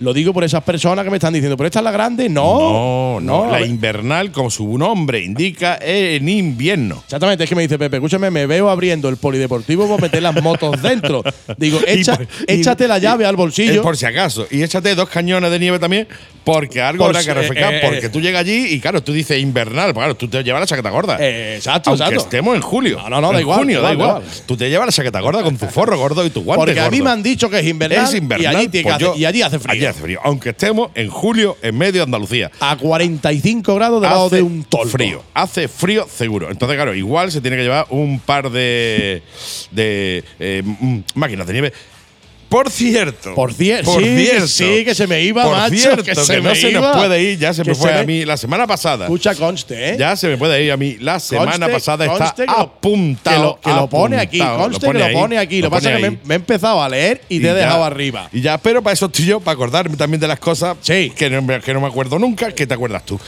Speaker 6: Lo digo por esas personas que me están diciendo, pero esta es la grande. No,
Speaker 7: No, no.
Speaker 6: a
Speaker 7: la
Speaker 6: ver.
Speaker 7: invernal, como su nombre indica, eh, en invierno.
Speaker 6: Exactamente, es que me dice Pepe, escúchame, me veo abriendo el polideportivo por meter las motos dentro. Digo, echa-
Speaker 7: por- y-
Speaker 6: échate la llave al
Speaker 7: Es
Speaker 6: bolsillo.
Speaker 7: por si acaso. Y échate dos cañones de nieve también, porque algo
Speaker 6: Por
Speaker 7: habrá
Speaker 6: si-
Speaker 7: que refrescar.
Speaker 6: eh, eh,
Speaker 7: porque tú llegas allí y, claro, tú dices invernal. pues Claro, tú te llevas la chaqueta gorda.
Speaker 6: Eh, exacto,
Speaker 7: Aunque
Speaker 6: exacto.
Speaker 7: estemos en julio.
Speaker 6: No, no, no, da
Speaker 7: en
Speaker 6: igual,
Speaker 7: Junio,
Speaker 6: da
Speaker 7: da
Speaker 6: igual,
Speaker 7: igual.
Speaker 6: da igual.
Speaker 7: Tú te llevas la chaqueta gorda con tu forro gordo y tu guante.
Speaker 6: Porque a mí
Speaker 7: gordo.
Speaker 6: me han dicho que es invernal,
Speaker 7: es invernal.
Speaker 6: y, allí, te-
Speaker 7: pues yo-
Speaker 6: y allí hace frío.
Speaker 7: Allí hace frío. Aunque estemos en julio, en medio de Andalucía.
Speaker 6: A 45 grados debajo
Speaker 7: Hace
Speaker 6: de un toldo.
Speaker 7: Frío. Hace frío seguro. Entonces, claro, igual se tiene que llevar un par de, de eh, mm, máquinas de nieve. Por cierto.
Speaker 6: Por cier- sí, que sí, que se me iba,
Speaker 7: Por
Speaker 6: macho,
Speaker 7: Cierto,
Speaker 6: que
Speaker 7: que,
Speaker 6: se
Speaker 7: no
Speaker 6: me
Speaker 7: se
Speaker 6: iba.
Speaker 7: nos puede ir. Ya se
Speaker 6: Que
Speaker 7: me
Speaker 6: se
Speaker 7: fue
Speaker 6: me-
Speaker 7: a mí la semana pasada.
Speaker 6: Escucha, conste, ¿eh?
Speaker 7: Ya se me puede ir a mí la semana
Speaker 6: Conste-
Speaker 7: pasada.
Speaker 6: conste que
Speaker 7: está
Speaker 6: lo-
Speaker 7: apuntado.
Speaker 6: Que lo, que lo pone aquí,
Speaker 7: apuntado,
Speaker 6: conste que
Speaker 7: ahí,
Speaker 6: lo pone aquí. Lo, que pasa es
Speaker 7: pone
Speaker 6: que
Speaker 7: ahí.
Speaker 6: me, em- me he empezado a leer y, te he
Speaker 7: ya.
Speaker 6: dejado arriba.
Speaker 7: Y ya, pero para eso estoy yo, para acordarme también de las cosas
Speaker 6: Sí.
Speaker 7: que, no, me- que no me acuerdo nunca, que te acuerdas tú.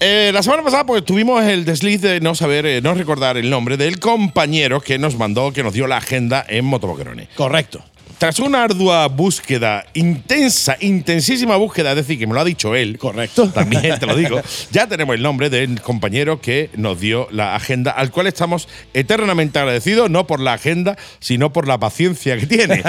Speaker 7: Eh, la semana pasada, pues tuvimos el desliz de no saber, eh, no recordar el nombre del compañero que nos mandó, que nos dio la agenda en Motoboquerones.
Speaker 6: Correcto.
Speaker 7: Tras una ardua búsqueda, intensa, intensísima búsqueda, es decir, que me lo ha dicho él.
Speaker 6: Correcto.
Speaker 7: También te lo digo. Ya tenemos el nombre del compañero que nos dio la agenda, al cual estamos eternamente agradecidos, no por la agenda, sino por la paciencia que tiene.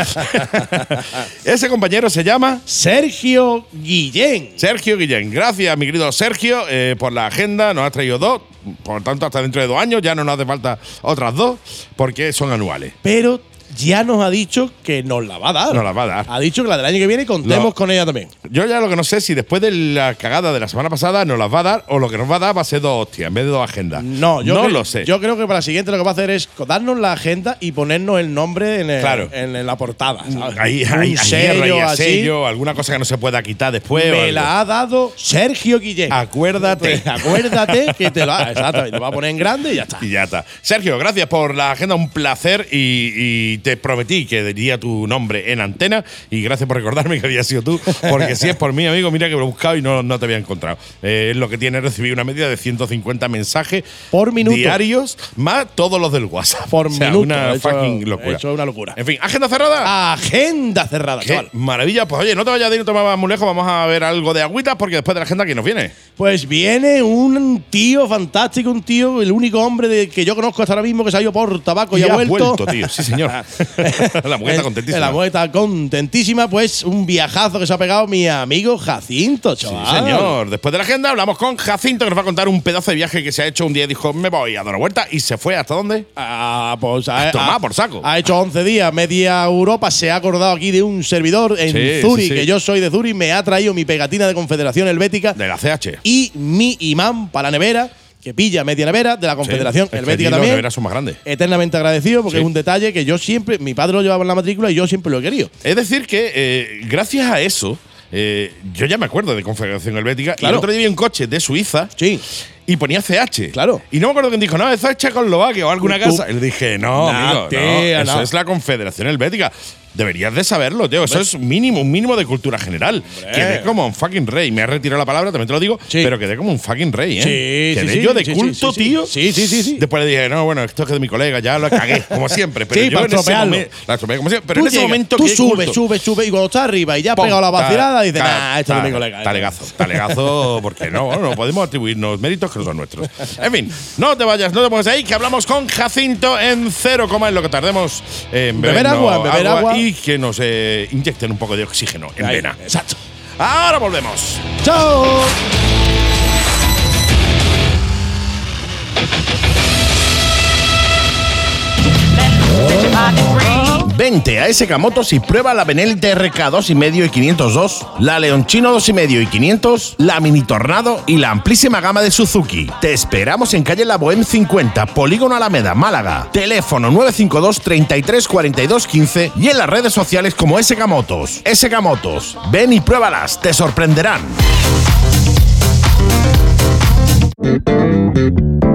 Speaker 7: Ese compañero se llama
Speaker 6: Sergio Guillén.
Speaker 7: Sergio Guillén. Gracias, mi querido Sergio, eh, por la agenda. Nos has traído dos. Por lo tanto, hasta dentro de dos años ya no nos hace falta otras dos, porque son anuales.
Speaker 6: Pero ya nos ha dicho que nos la va a dar.
Speaker 7: Nos la va a dar.
Speaker 6: Ha dicho que la del año que viene contemos
Speaker 7: Lo-
Speaker 6: con ella también.
Speaker 7: Yo ya lo que no sé es si después de la cagada de la semana pasada nos las va a dar o lo que nos va a dar va a ser dos hostias en vez de dos agendas.
Speaker 6: No, yo
Speaker 7: no
Speaker 6: cre-
Speaker 7: lo sé.
Speaker 6: Yo creo que para la siguiente lo que va a hacer es co- darnos la agenda y ponernos el nombre en, el-
Speaker 7: Claro. Mm,
Speaker 6: en, en la portada. ¿sabes?
Speaker 7: Ahí,
Speaker 6: Un
Speaker 7: ahí, ahí,
Speaker 6: sello
Speaker 7: rey,
Speaker 6: así.
Speaker 7: sello, alguna cosa que no se pueda quitar después. o
Speaker 6: Me
Speaker 7: algo.
Speaker 6: la ha dado Sergio Guillén.
Speaker 7: Acuérdate.
Speaker 6: Pues acuérdate que te lo ha. Exactamente. Lo va a poner en grande y ya está.
Speaker 7: Y ya está. Sergio, gracias por la agenda, un placer y, y te prometí que diría tu nombre en antena y gracias por recordarme que había sido tú, porque si es por mí, amigo, mira que lo he buscado y no, no te había encontrado. Eh, es lo que tiene recibir una media de 150 mensajes
Speaker 6: Por minuto.
Speaker 7: diarios, más todos los del WhatsApp.
Speaker 6: Por
Speaker 7: O sea,
Speaker 6: minuto.
Speaker 7: Una
Speaker 6: Eso-
Speaker 7: fucking locura.
Speaker 6: eso es una locura.
Speaker 7: En fin, agenda cerrada.
Speaker 6: Agenda cerrada,
Speaker 7: Qué
Speaker 6: chaval.
Speaker 7: maravilla, pues oye, no te vayas de ir, no te vayas muy lejos, vamos a ver algo de agüitas porque después de la agenda, ¿quién nos viene?
Speaker 6: Pues viene un tío fantástico, un tío, el único hombre de- que yo conozco hasta ahora mismo que se ha ido por tabaco y,
Speaker 7: ha tío. Sí, señor. la mujer está contentísima.
Speaker 6: La mujer está contentísima, pues un viajazo que se ha pegado mi amigo Jacinto,
Speaker 7: Sí,
Speaker 6: chaval.
Speaker 7: señor. Después de la agenda hablamos con Jacinto, que nos va a contar un pedazo de viaje que se ha hecho un día. y Dijo, me voy a dar una vuelta y se fue. ¿Hasta dónde?
Speaker 6: Ah, pues ha,
Speaker 7: Tomá
Speaker 6: ha-
Speaker 7: por saco.
Speaker 6: Ha hecho 11 días, media Europa se ha acordado aquí de un servidor en
Speaker 7: Sí,
Speaker 6: Zurich,
Speaker 7: sí, sí.
Speaker 6: que yo soy de Zurich, me ha traído mi pegatina de Confederación Helvética
Speaker 7: De la E. CH.
Speaker 6: y mi imán para nevera, que pilla media nevera de la Confederación
Speaker 7: es que
Speaker 6: Helvética
Speaker 7: allí los
Speaker 6: también.
Speaker 7: neveras son más grandes.
Speaker 6: Eternamente agradecido porque
Speaker 7: Sí.
Speaker 6: es un detalle que yo siempre, mi padre lo llevaba en la matrícula y yo siempre lo he querido.
Speaker 7: Es decir, que eh, gracias a eso, eh, yo ya me acuerdo de Confederación Helvética. Y
Speaker 6: Claro.
Speaker 7: el otro día vi un coche de Suiza.
Speaker 6: Sí.
Speaker 7: Y ponía CH.
Speaker 6: Claro.
Speaker 7: Y no me acuerdo quién dijo, no, eso es Checoslovaquia o alguna
Speaker 6: Tú-
Speaker 7: casa. Y le dije, no,
Speaker 6: Nah,
Speaker 7: amigo, no,
Speaker 6: tía,
Speaker 7: eso
Speaker 6: no.
Speaker 7: es la Confederación Helvética. Deberías de saberlo, tío. Eso es mínimo, un mínimo de cultura general. Quedé como un fucking rey. Me ha retirado la palabra, también te lo digo,
Speaker 6: Sí.
Speaker 7: pero quedé como un fucking rey, ¿eh?
Speaker 6: Sí, sí,
Speaker 7: quedé
Speaker 6: sí,
Speaker 7: yo de
Speaker 6: sí, sí,
Speaker 7: culto,
Speaker 6: sí, sí.
Speaker 7: tío.
Speaker 6: Sí, sí, sí, sí.
Speaker 7: Después le dije, no, bueno, esto es que de mi colega, ya lo cagué, como siempre. Pero
Speaker 6: Sí,
Speaker 7: yo
Speaker 6: para
Speaker 7: en ese
Speaker 6: estropearlo.
Speaker 7: momen- la estropeé como siempre. Pero
Speaker 6: Tú
Speaker 7: en ese
Speaker 6: llegas,
Speaker 7: momento
Speaker 6: Tú
Speaker 7: quedé
Speaker 6: subes,
Speaker 7: culto.
Speaker 6: subes, subes y cuando está arriba y ya ha
Speaker 7: Pon,
Speaker 6: pegado la
Speaker 7: ta-
Speaker 6: vacilada, dices,
Speaker 7: ta-
Speaker 6: nah, esto
Speaker 7: ta-
Speaker 6: no es mi colega.
Speaker 7: Talegazo, talegazo, porque no, no podemos atribuirnos méritos que no son nuestros. En fin, no te vayas, no te pongas ahí, que hablamos con Jacinto en cero coma en lo que tardemos en beber,
Speaker 6: Beber agua, beber agua.
Speaker 7: y que nos eh, inyecten un poco de oxígeno en
Speaker 6: Ahí,
Speaker 7: vena.
Speaker 6: Exacto.
Speaker 7: Ahora volvemos.
Speaker 6: ¡Chao!
Speaker 5: Vente a SK Motos y prueba la Benelli RK 2,5 y 502, la Leonchino 2,5 y 500, la Mini Tornado y la amplísima gama de Suzuki. Te esperamos en calle La Bohème 50, Polígono Alameda, Málaga. Teléfono 952 33 42 15 y en las redes sociales como SK Motos. SK Motos, ven y pruébalas, te sorprenderán.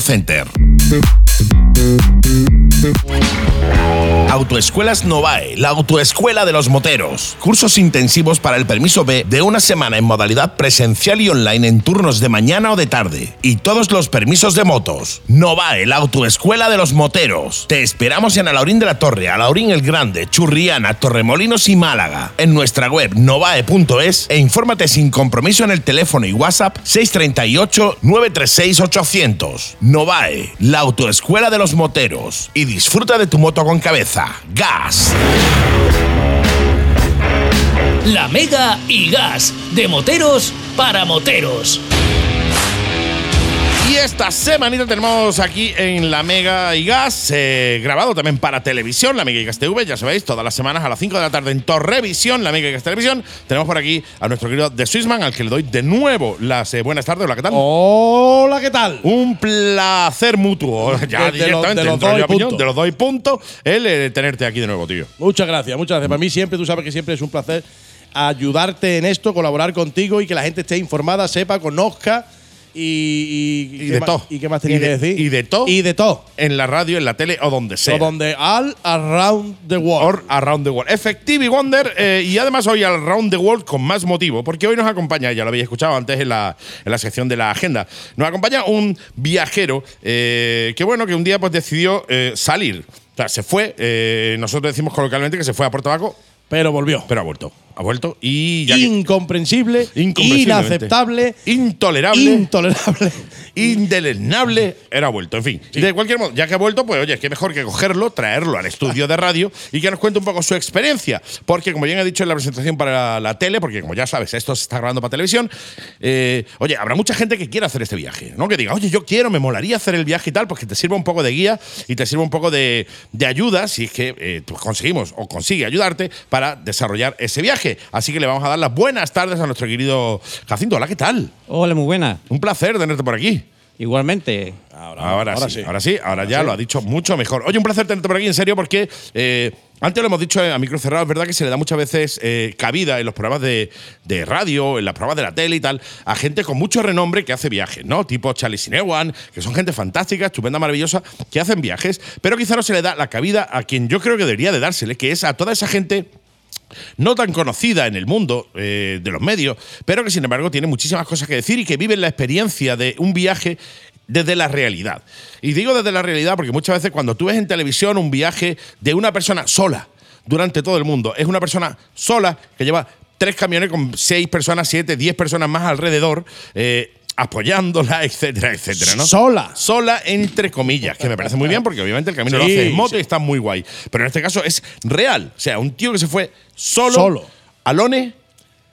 Speaker 5: Center. Autoescuelas Novae, la autoescuela de los moteros. Cursos intensivos para el permiso B de una semana en modalidad presencial y online en turnos de mañana o de tarde. Y todos los permisos de motos. Novae, la autoescuela de los moteros. Te esperamos en Alaurín de la Torre, Alaurín el Grande, Churriana, Torremolinos y Málaga. En nuestra web novae.es e infórmate sin compromiso en el teléfono y WhatsApp 638-936-800. Novae, la autoescuela de los moteros. Y disfruta de tu moto con cabeza. Gas.
Speaker 1: La Mega y Gas, de moteros para moteros.
Speaker 7: Y esta semanita tenemos aquí en La Mega y Gas, eh, grabado también para televisión, La Mega y Gas TV, ya sabéis, todas las semanas a las 5 de la tarde en Torrevisión, La Mega y Gas Televisión. Tenemos por aquí a nuestro querido The Swissman, al que le doy de nuevo las eh, buenas tardes. Hola, ¿qué tal?
Speaker 6: Hola, ¿qué tal?
Speaker 7: Un placer mutuo. Ya
Speaker 6: De- de los-
Speaker 7: directamente,
Speaker 6: de los
Speaker 7: entro
Speaker 6: dos
Speaker 7: en
Speaker 6: y
Speaker 7: la opinión,
Speaker 6: punto.
Speaker 7: de los dos y punto, el eh, tenerte aquí de nuevo, tío.
Speaker 6: Muchas gracias, muchas gracias. Para mí siempre, tú sabes que siempre es un placer ayudarte en esto, colaborar contigo y que la gente esté informada, sepa, conozca y.
Speaker 7: Y
Speaker 6: qué
Speaker 7: de
Speaker 6: más-
Speaker 7: todo.
Speaker 6: ¿Y qué más tenía
Speaker 7: Y de-
Speaker 6: que decir?
Speaker 7: y de todo.
Speaker 6: Y de todo.
Speaker 7: En la radio, en la tele o donde sea.
Speaker 6: O donde all around the world.
Speaker 7: Or Around the World. Effective y Wonder. eh, y además hoy al Around the World con más motivo, porque hoy nos acompaña, ya lo habéis escuchado antes en la, en la sección de la agenda, nos acompaña un viajero eh, que, bueno, que un día pues decidió eh, salir. O sea, se fue, eh, nosotros decimos coloquialmente que se fue a Puerto Vaco,
Speaker 6: pero volvió.
Speaker 7: pero ha vuelto. Ha vuelto y ya que-
Speaker 6: Incomprensible,
Speaker 7: Incomprensiblemente.
Speaker 6: inaceptable,
Speaker 7: Intolerable.
Speaker 6: intolerable.
Speaker 7: Indeleznable era vuelto, en fin. De cualquier modo, ya que ha vuelto, pues oye, es que mejor que cogerlo, traerlo al estudio de radio y que nos cuente un poco su experiencia. Porque, como bien he dicho en la presentación para la, tele, porque como ya sabes, esto se está grabando para televisión, eh, oye, habrá mucha gente que quiera hacer este viaje, ¿no? Que diga, oye, yo quiero, me molaría hacer el viaje y tal, pues que te sirva un poco de guía y te sirva un poco de, de ayuda si es que eh, pues, conseguimos o consigue ayudarte para desarrollar ese viaje. Así que le vamos a dar las buenas tardes a nuestro querido Jacinto. Hola, ¿qué tal?
Speaker 8: Hola, muy buena.
Speaker 7: Un placer tenerte por aquí.
Speaker 8: Igualmente.
Speaker 7: Ahora, sí, ahora sí, ahora ya lo ha dicho mucho mejor. Oye, un placer tenerte por aquí, en serio, porque eh, antes lo hemos dicho a micro cerrado, es verdad que se le da muchas veces eh, cabida en los programas de, de radio, en las programas de la tele y tal, a gente con mucho renombre que hace viajes, ¿no? Tipo Charlie Sinewan, que son gente fantástica, estupenda, maravillosa, que hacen viajes, pero quizá no se le da la cabida a quien yo creo que debería de dársele, que es a toda esa gente no tan conocida en el mundo eh, de los medios, pero que sin embargo tiene muchísimas cosas que decir y que viven la experiencia de un viaje desde la realidad. Y digo desde la realidad porque muchas veces cuando tú ves en televisión un viaje de una persona sola durante todo el mundo, es una persona sola que lleva tres camiones con seis personas, siete, diez personas más alrededor. eh, apoyándola, etcétera, etcétera, ¿no?
Speaker 6: Sola.
Speaker 7: Sola, entre comillas, que me parece muy bien porque obviamente el camino lo
Speaker 6: Sí,
Speaker 7: hace en moto y está muy guay. Pero en este caso es real. O sea, un tío que se fue solo,
Speaker 6: Solo.
Speaker 7: Alone,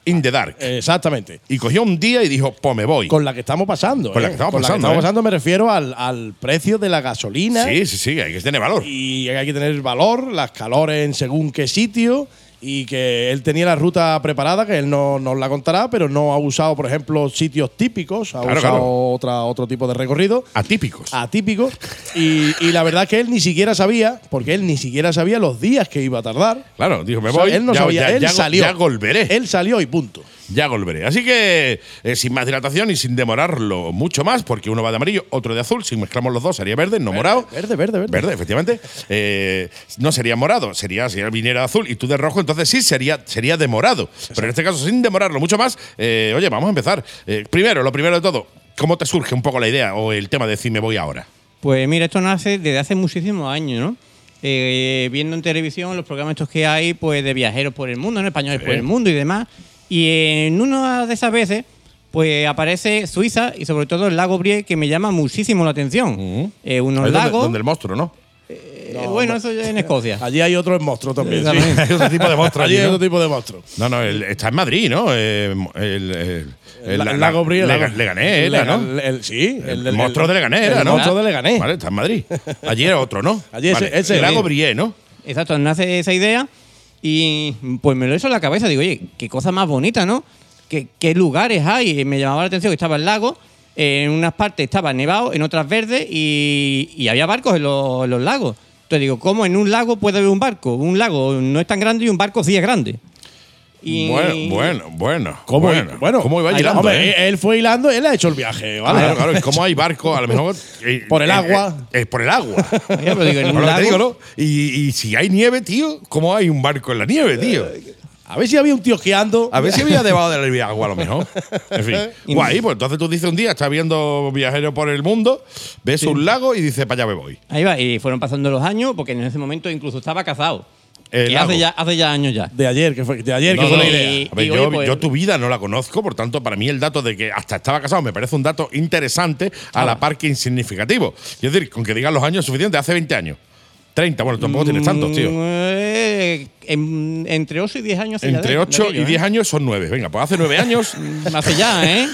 Speaker 7: in the dark.
Speaker 6: Exactamente.
Speaker 7: Y cogió un día y dijo, pues me voy.
Speaker 6: Con la que estamos pasando.
Speaker 7: Con la
Speaker 6: ¿eh?
Speaker 7: que estamos pasando, ¿eh?
Speaker 6: me refiero al, al precio de la gasolina.
Speaker 7: Sí, sí, sí, hay que tener valor.
Speaker 6: Y hay que tener valor, las calores en según qué sitio. Y que él tenía la ruta preparada, que él no nos la contará, pero no ha usado, por ejemplo, sitios típicos, ha
Speaker 7: Claro,
Speaker 6: usado
Speaker 7: claro.
Speaker 6: Otra, otro tipo de recorrido.
Speaker 7: Atípicos.
Speaker 6: atípico. Y, y la verdad es que él ni siquiera sabía, porque él ni siquiera sabía los días que iba a tardar.
Speaker 7: Claro, dijo, me
Speaker 6: O sea,
Speaker 7: voy.
Speaker 6: él no
Speaker 7: ya,
Speaker 6: sabía,
Speaker 7: ya-
Speaker 6: él
Speaker 7: ya-
Speaker 6: salió.
Speaker 7: Ya volveré.
Speaker 6: Él salió y punto.
Speaker 7: Ya volveré. Así que, eh, sin más dilatación y sin demorarlo mucho más, porque uno va de amarillo, otro de azul, si mezclamos los dos sería verde, no morado.
Speaker 6: Verde, verde, verde.
Speaker 7: Verde, efectivamente. Eh, no sería morado, sería si él viniera de azul y tú de rojo, entonces sí sería, sería de morado. Pero en este caso, sin demorarlo mucho más, eh, oye, vamos a empezar. Eh, primero, lo primero de todo, ¿cómo te surge un poco la idea o el tema de decir me voy ahora?
Speaker 8: Pues mira, esto nace desde hace muchísimos años, ¿no? Eh, viendo en televisión los programas estos que hay, pues de viajeros por el mundo, ¿no? españoles por el mundo y demás. Y en una de esas veces, pues aparece Suiza y sobre todo el lago Brie, que me llama muchísimo la atención. Eh, unos
Speaker 7: Ahí donde-
Speaker 8: lagos.
Speaker 7: donde el monstruo, ¿no?
Speaker 8: eh, bueno, eso ya en Escocia.
Speaker 6: Allí hay otro monstruo también.
Speaker 8: Sí,
Speaker 6: sí.
Speaker 8: también.
Speaker 7: Es otro tipo de monstruo
Speaker 6: Allí
Speaker 7: allí,
Speaker 6: hay
Speaker 7: ¿no?
Speaker 6: otro tipo de monstruo.
Speaker 7: No, no, el- está en Madrid, ¿no? Eh, el, el- el-
Speaker 6: La-
Speaker 7: la-
Speaker 6: el Lago Brie, el
Speaker 7: Lega-
Speaker 6: Lago-
Speaker 7: Leganés era,
Speaker 6: Lega-
Speaker 7: ¿no?
Speaker 6: el- el- sí, el,
Speaker 7: El,
Speaker 6: del-
Speaker 7: monstruo de Leganés
Speaker 6: el
Speaker 7: era, ¿no?
Speaker 6: monstruo de Leganés.
Speaker 7: Vale, está en Madrid. Allí era otro, ¿no?
Speaker 6: Allí ese-
Speaker 7: Vale,
Speaker 6: ese
Speaker 7: el Lago
Speaker 6: es.
Speaker 7: Brie, ¿no?
Speaker 8: Exacto, nace esa idea y pues me lo hizo en la cabeza. Digo, oye, qué cosa más bonita, ¿no? ¿Qué, qué lugares hay? Y me llamaba la atención que estaba el lago, en unas partes estaba nevado, en otras verde y, y había barcos en los, en los lagos. Entonces digo, ¿cómo en un lago puede haber un barco? Un lago no es tan grande y un barco sí es grande. Y-
Speaker 7: Bueno, bueno, bueno.
Speaker 6: ¿Cómo,
Speaker 7: bueno,
Speaker 6: bueno,
Speaker 7: ¿Cómo iba
Speaker 8: ahí
Speaker 7: girando?
Speaker 6: Hombre,
Speaker 7: eh?
Speaker 6: Él fue hilando, él ha hecho el viaje, ¿vale?
Speaker 7: Claro, claro, y ¿Cómo hay barco? A lo mejor. eh,
Speaker 6: Por el
Speaker 7: eh,
Speaker 6: agua.
Speaker 7: eh, eh, por el agua.
Speaker 8: Ya, pero digo, en un
Speaker 7: Por lo que te
Speaker 8: lago-
Speaker 7: digo, ¿no? Y, y si hay nieve, tío, ¿cómo hay un barco en la nieve, tío?
Speaker 6: A ver si había un tío esquiando.
Speaker 7: A ver si había debajo del agua, a lo mejor. En fin. Guay, pues entonces tú dices un día, estás viendo viajeros por el mundo, ves un lago y dices, para allá me voy.
Speaker 8: Ahí va, y fueron pasando los años porque en ese momento incluso estaba casado.
Speaker 7: El
Speaker 8: Que
Speaker 7: lago.
Speaker 8: hace ya, hace ya años ya.
Speaker 6: De ayer, que fue, de ayer
Speaker 7: No,
Speaker 6: que fue
Speaker 7: no,
Speaker 6: la
Speaker 8: y-
Speaker 6: idea.
Speaker 7: a ver,
Speaker 8: y,
Speaker 7: yo,
Speaker 8: oye, pues-
Speaker 7: yo tu vida no la conozco, por tanto, para mí el dato de que hasta estaba casado me parece un dato interesante, a
Speaker 8: Ah.
Speaker 7: la par que insignificativo. Es decir, con que digan los años suficientes, hace 20 años. 30, bueno, tampoco tienes tantos, tío.
Speaker 8: Mm, eh, en- entre 8 y 10 años. hace ya
Speaker 7: Entre
Speaker 8: de-
Speaker 7: 8
Speaker 8: de
Speaker 7: y
Speaker 8: ello,
Speaker 7: 10
Speaker 8: ¿eh?
Speaker 7: años son 9. Venga, pues hace 9 años.
Speaker 8: Hace ya, ¿eh?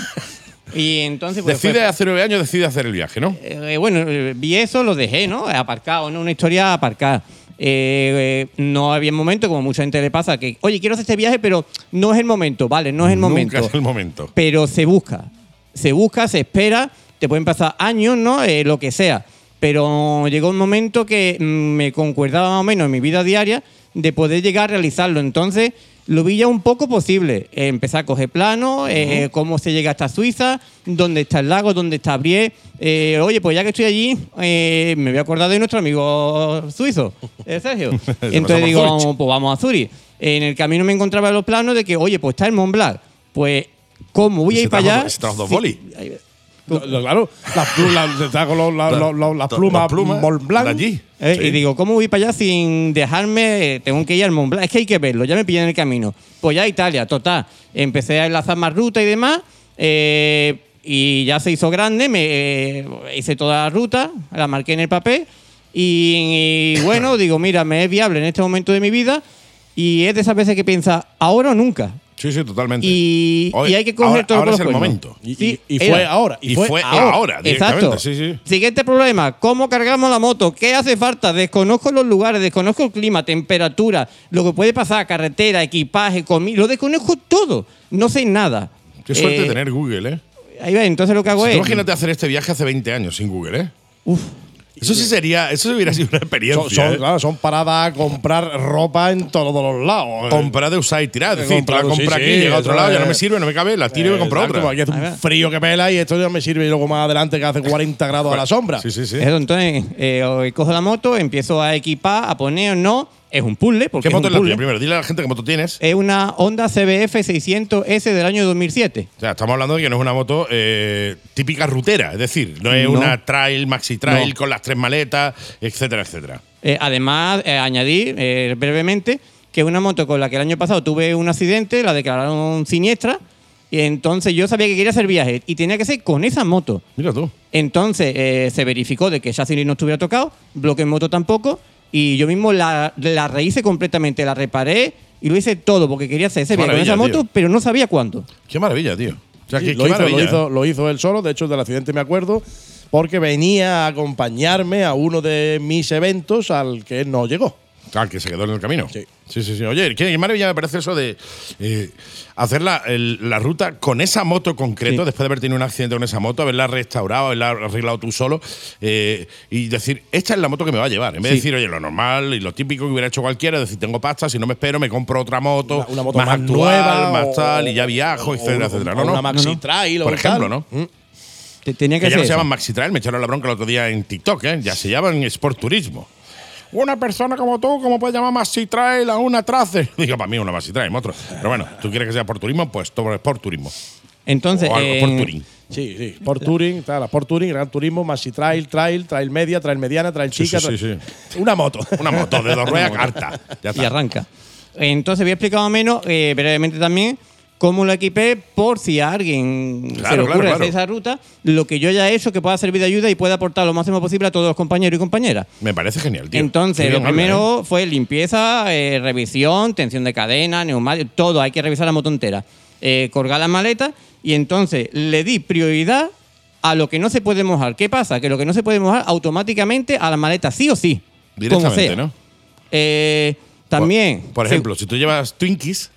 Speaker 8: Y entonces, pues,
Speaker 7: decide,
Speaker 8: fue-
Speaker 7: hace 9 años decide hacer el viaje, ¿no?
Speaker 8: eh, bueno, eh, vi eso, lo dejé, ¿no? Aparcado, ¿no? Una historia aparcada. Eh, eh, no había momento, como mucha gente le pasa, que, oye, quiero hacer este viaje, pero no es el momento, ¿vale? No es el momento.
Speaker 7: Nunca es el momento.
Speaker 8: Pero se busca. Se busca, se espera. Te pueden pasar años, ¿no? Eh, lo que sea. Pero llegó un momento que mm, me concuerdaba más o menos en mi vida diaria de poder llegar a realizarlo. Entonces lo vi ya un poco posible. Eh, empecé a coger plano, eh, cómo se llega hasta Suiza, dónde está el lago, dónde está Brie. Eh, oye, pues ya que estoy allí, eh, me voy a acordar de nuestro amigo suizo, eh, Sergio.
Speaker 7: pasó por
Speaker 8: Entonces digo,
Speaker 7: Zurich.
Speaker 8: vamos, pues vamos a Zurich. En el camino me encontraba los planos de que, oye, pues está el Mont Blanc. Pues, ¿cómo voy
Speaker 7: Y
Speaker 8: a
Speaker 7: se
Speaker 8: ir para
Speaker 7: trajo-
Speaker 8: allá?
Speaker 7: se trajo dos
Speaker 8: Sí.
Speaker 7: bolis.
Speaker 6: Lo- lo- claro, las plumas, está con los- la- lo- lo- las
Speaker 7: To-
Speaker 6: plumas,
Speaker 7: las plumas
Speaker 6: Mont Blanc.
Speaker 7: de allí.
Speaker 8: Eh,
Speaker 7: Sí.
Speaker 8: Y digo, ¿cómo voy para allá sin dejarme? eh, Tengo que ir al Mont Blanc. Es que hay que verlo, ya me pillé en el camino. Pues ya a Italia, total. Empecé a enlazar más ruta y demás. eh, y ya se hizo grande, me eh, hice toda la ruta, la marqué en el papel. Y, y bueno, digo, mira, me es viable en este momento de mi vida. Y es de esas veces que piensa, ahora o nunca.
Speaker 7: Sí, sí, totalmente.
Speaker 8: Y,
Speaker 7: Hoy-
Speaker 8: y hay que coger
Speaker 7: ahora-
Speaker 8: todo
Speaker 7: ahora
Speaker 8: por
Speaker 7: es
Speaker 8: los
Speaker 7: el
Speaker 8: cuernos.
Speaker 7: momento.
Speaker 6: Y,
Speaker 8: Sí,
Speaker 6: y- y
Speaker 8: era.
Speaker 6: fue ahora.
Speaker 7: Y fue ahora, directamente.
Speaker 8: Exacto.
Speaker 7: Sí, sí.
Speaker 8: Siguiente problema, ¿cómo cargamos la moto? ¿Qué hace falta? Desconozco los lugares, desconozco el clima, temperatura, lo que puede pasar, carretera, equipaje, comida, lo desconozco todo, no sé nada.
Speaker 7: Qué suerte
Speaker 8: Eh,
Speaker 7: tener Google, ¿eh?
Speaker 8: Ahí va, entonces lo que hago
Speaker 7: Tú
Speaker 8: es...
Speaker 7: imagínate hacer este viaje hace 20 años sin Google, ¿eh?
Speaker 8: Uf,
Speaker 7: Eso sí sería, eso hubiera sido una experiencia.
Speaker 6: Son, son,
Speaker 7: ¿eh?
Speaker 6: claro, son paradas a comprar ropa en todos los lados.
Speaker 7: Comprar de usar y tirar. Es decir, tú la
Speaker 6: Comprado,
Speaker 7: compras
Speaker 6: sí,
Speaker 7: aquí,
Speaker 6: sí,
Speaker 7: llega a otro lado, ya no
Speaker 6: eh,
Speaker 7: me sirve, no me cabe, la tiro y me compro
Speaker 6: Exacto,
Speaker 7: otra.
Speaker 6: porque Aquí hace un frío que pela y esto ya me sirve y luego más adelante que hace 40 grados a la sombra.
Speaker 7: Pues, Sí, sí, sí.
Speaker 8: eso, entonces eh, hoy cojo la moto, empiezo a equipar, a poner, no, es un puzzle, porque
Speaker 7: ¿Qué
Speaker 8: es
Speaker 7: moto
Speaker 8: un
Speaker 7: es la
Speaker 8: puzzle.
Speaker 7: tuya? Primero, dile a la gente qué moto tienes.
Speaker 8: Es una Honda CBF 600S del año 2007.
Speaker 7: O sea, estamos hablando de que no es una moto eh, típica rutera, es decir, no es
Speaker 8: No.
Speaker 7: una trail, maxi trail
Speaker 8: No.
Speaker 7: con las tres maletas, etcétera, etcétera.
Speaker 8: Eh, además, eh, añadir eh, brevemente que una moto con la que el año pasado tuve un accidente, la declararon siniestra, y entonces yo sabía que quería hacer viaje y tenía que ser con esa moto.
Speaker 7: Mira tú.
Speaker 8: Entonces eh, se verificó de que chasis no estuviera tocado, bloque en moto tampoco, y yo mismo la, la rehice completamente, la reparé, Y lo hice todo porque quería hacer ese viaje con
Speaker 5: Maravilla,
Speaker 8: esa moto,
Speaker 5: tío.
Speaker 8: pero no sabía cuánto.
Speaker 5: Qué maravilla, tío. O sea,
Speaker 6: Sí,
Speaker 5: qué,
Speaker 6: lo,
Speaker 5: qué
Speaker 6: hizo, lo,
Speaker 5: maravilla,
Speaker 6: hizo,
Speaker 5: ¿eh?
Speaker 6: lo hizo él solo, de hecho del accidente me acuerdo, porque venía a acompañarme a uno de mis eventos al que no llegó.
Speaker 5: Ah, que se quedó en el camino.
Speaker 6: Sí.
Speaker 5: sí, sí. sí. Oye, qué qué maravilla me parece eso de eh, hacer la, el- la ruta con esa moto concreto,
Speaker 8: Sí.
Speaker 5: después de haber tenido un accidente con esa moto, haberla restaurado, haberla arreglado tú solo, eh, y decir, esta es la moto que me va a llevar. En vez de
Speaker 8: Sí.
Speaker 5: decir, oye, lo normal y lo típico que hubiera hecho cualquiera, decir, tengo pasta, si no me espero, me compro otra moto,
Speaker 6: Una- una moto
Speaker 5: más,
Speaker 6: más
Speaker 5: actual,
Speaker 6: nueva,
Speaker 5: más
Speaker 6: o-
Speaker 5: tal, y ya viajo,
Speaker 6: o
Speaker 5: etcétera,
Speaker 6: una-
Speaker 5: etcétera.
Speaker 6: o
Speaker 5: No, no.
Speaker 6: una maxi
Speaker 5: No, no.
Speaker 6: trail o
Speaker 5: Por
Speaker 6: tal.
Speaker 5: ejemplo, ¿no?
Speaker 8: Te- tenía que,
Speaker 5: Que ya
Speaker 8: hacer
Speaker 5: no se
Speaker 8: eso.
Speaker 5: llaman Maxi Trail, me echaron la bronca el otro día en TikTok, ¿eh? ya se llaman Sport Turismo. Una persona como tú, ¿cómo puedes llamar Maxi Trail a una trace? Digo, para mí una Maxi Trail, otro. Pero bueno, tú quieres que sea por turismo, pues toma Sport Turismo.
Speaker 8: Entonces,
Speaker 5: o algo
Speaker 8: eh,
Speaker 5: por Turín.
Speaker 6: Sí, sí. Por Touring, tal, la por Touring, Gran Turismo, Maxi Trail, Trail, Trail Media, Trail Mediana, Trail
Speaker 5: Sí,
Speaker 6: Chica.
Speaker 5: sí, sí,
Speaker 6: trail- Una moto.
Speaker 5: Una moto de dos ruedas carta. Ya
Speaker 8: y
Speaker 5: está.
Speaker 8: arranca. Entonces voy a explicar más o menos eh, brevemente también cómo lo equipé por si a alguien
Speaker 5: Claro,
Speaker 8: se le
Speaker 5: claro,
Speaker 8: ocurre
Speaker 5: claro.
Speaker 8: hacer esa ruta, lo que yo ya he hecho que pueda servir de ayuda y pueda aportar lo máximo posible a todos los compañeros y compañeras.
Speaker 5: Me parece genial, tío. Qué
Speaker 8: Entonces, lo
Speaker 5: bien habla, ¿eh?
Speaker 8: primero fue limpieza, eh, revisión, tensión de cadena, neumático, todo. Hay que revisar la moto entera. Eh, colgar la maleta y entonces le di prioridad a lo que no se puede mojar. ¿Qué pasa? Que lo que no se puede mojar automáticamente a la maleta sí o sí. como
Speaker 5: Directamente,
Speaker 8: sea.
Speaker 5: ¿no?
Speaker 8: Eh, también.
Speaker 5: Por, por
Speaker 8: se-
Speaker 5: ejemplo, si tú llevas Twinkies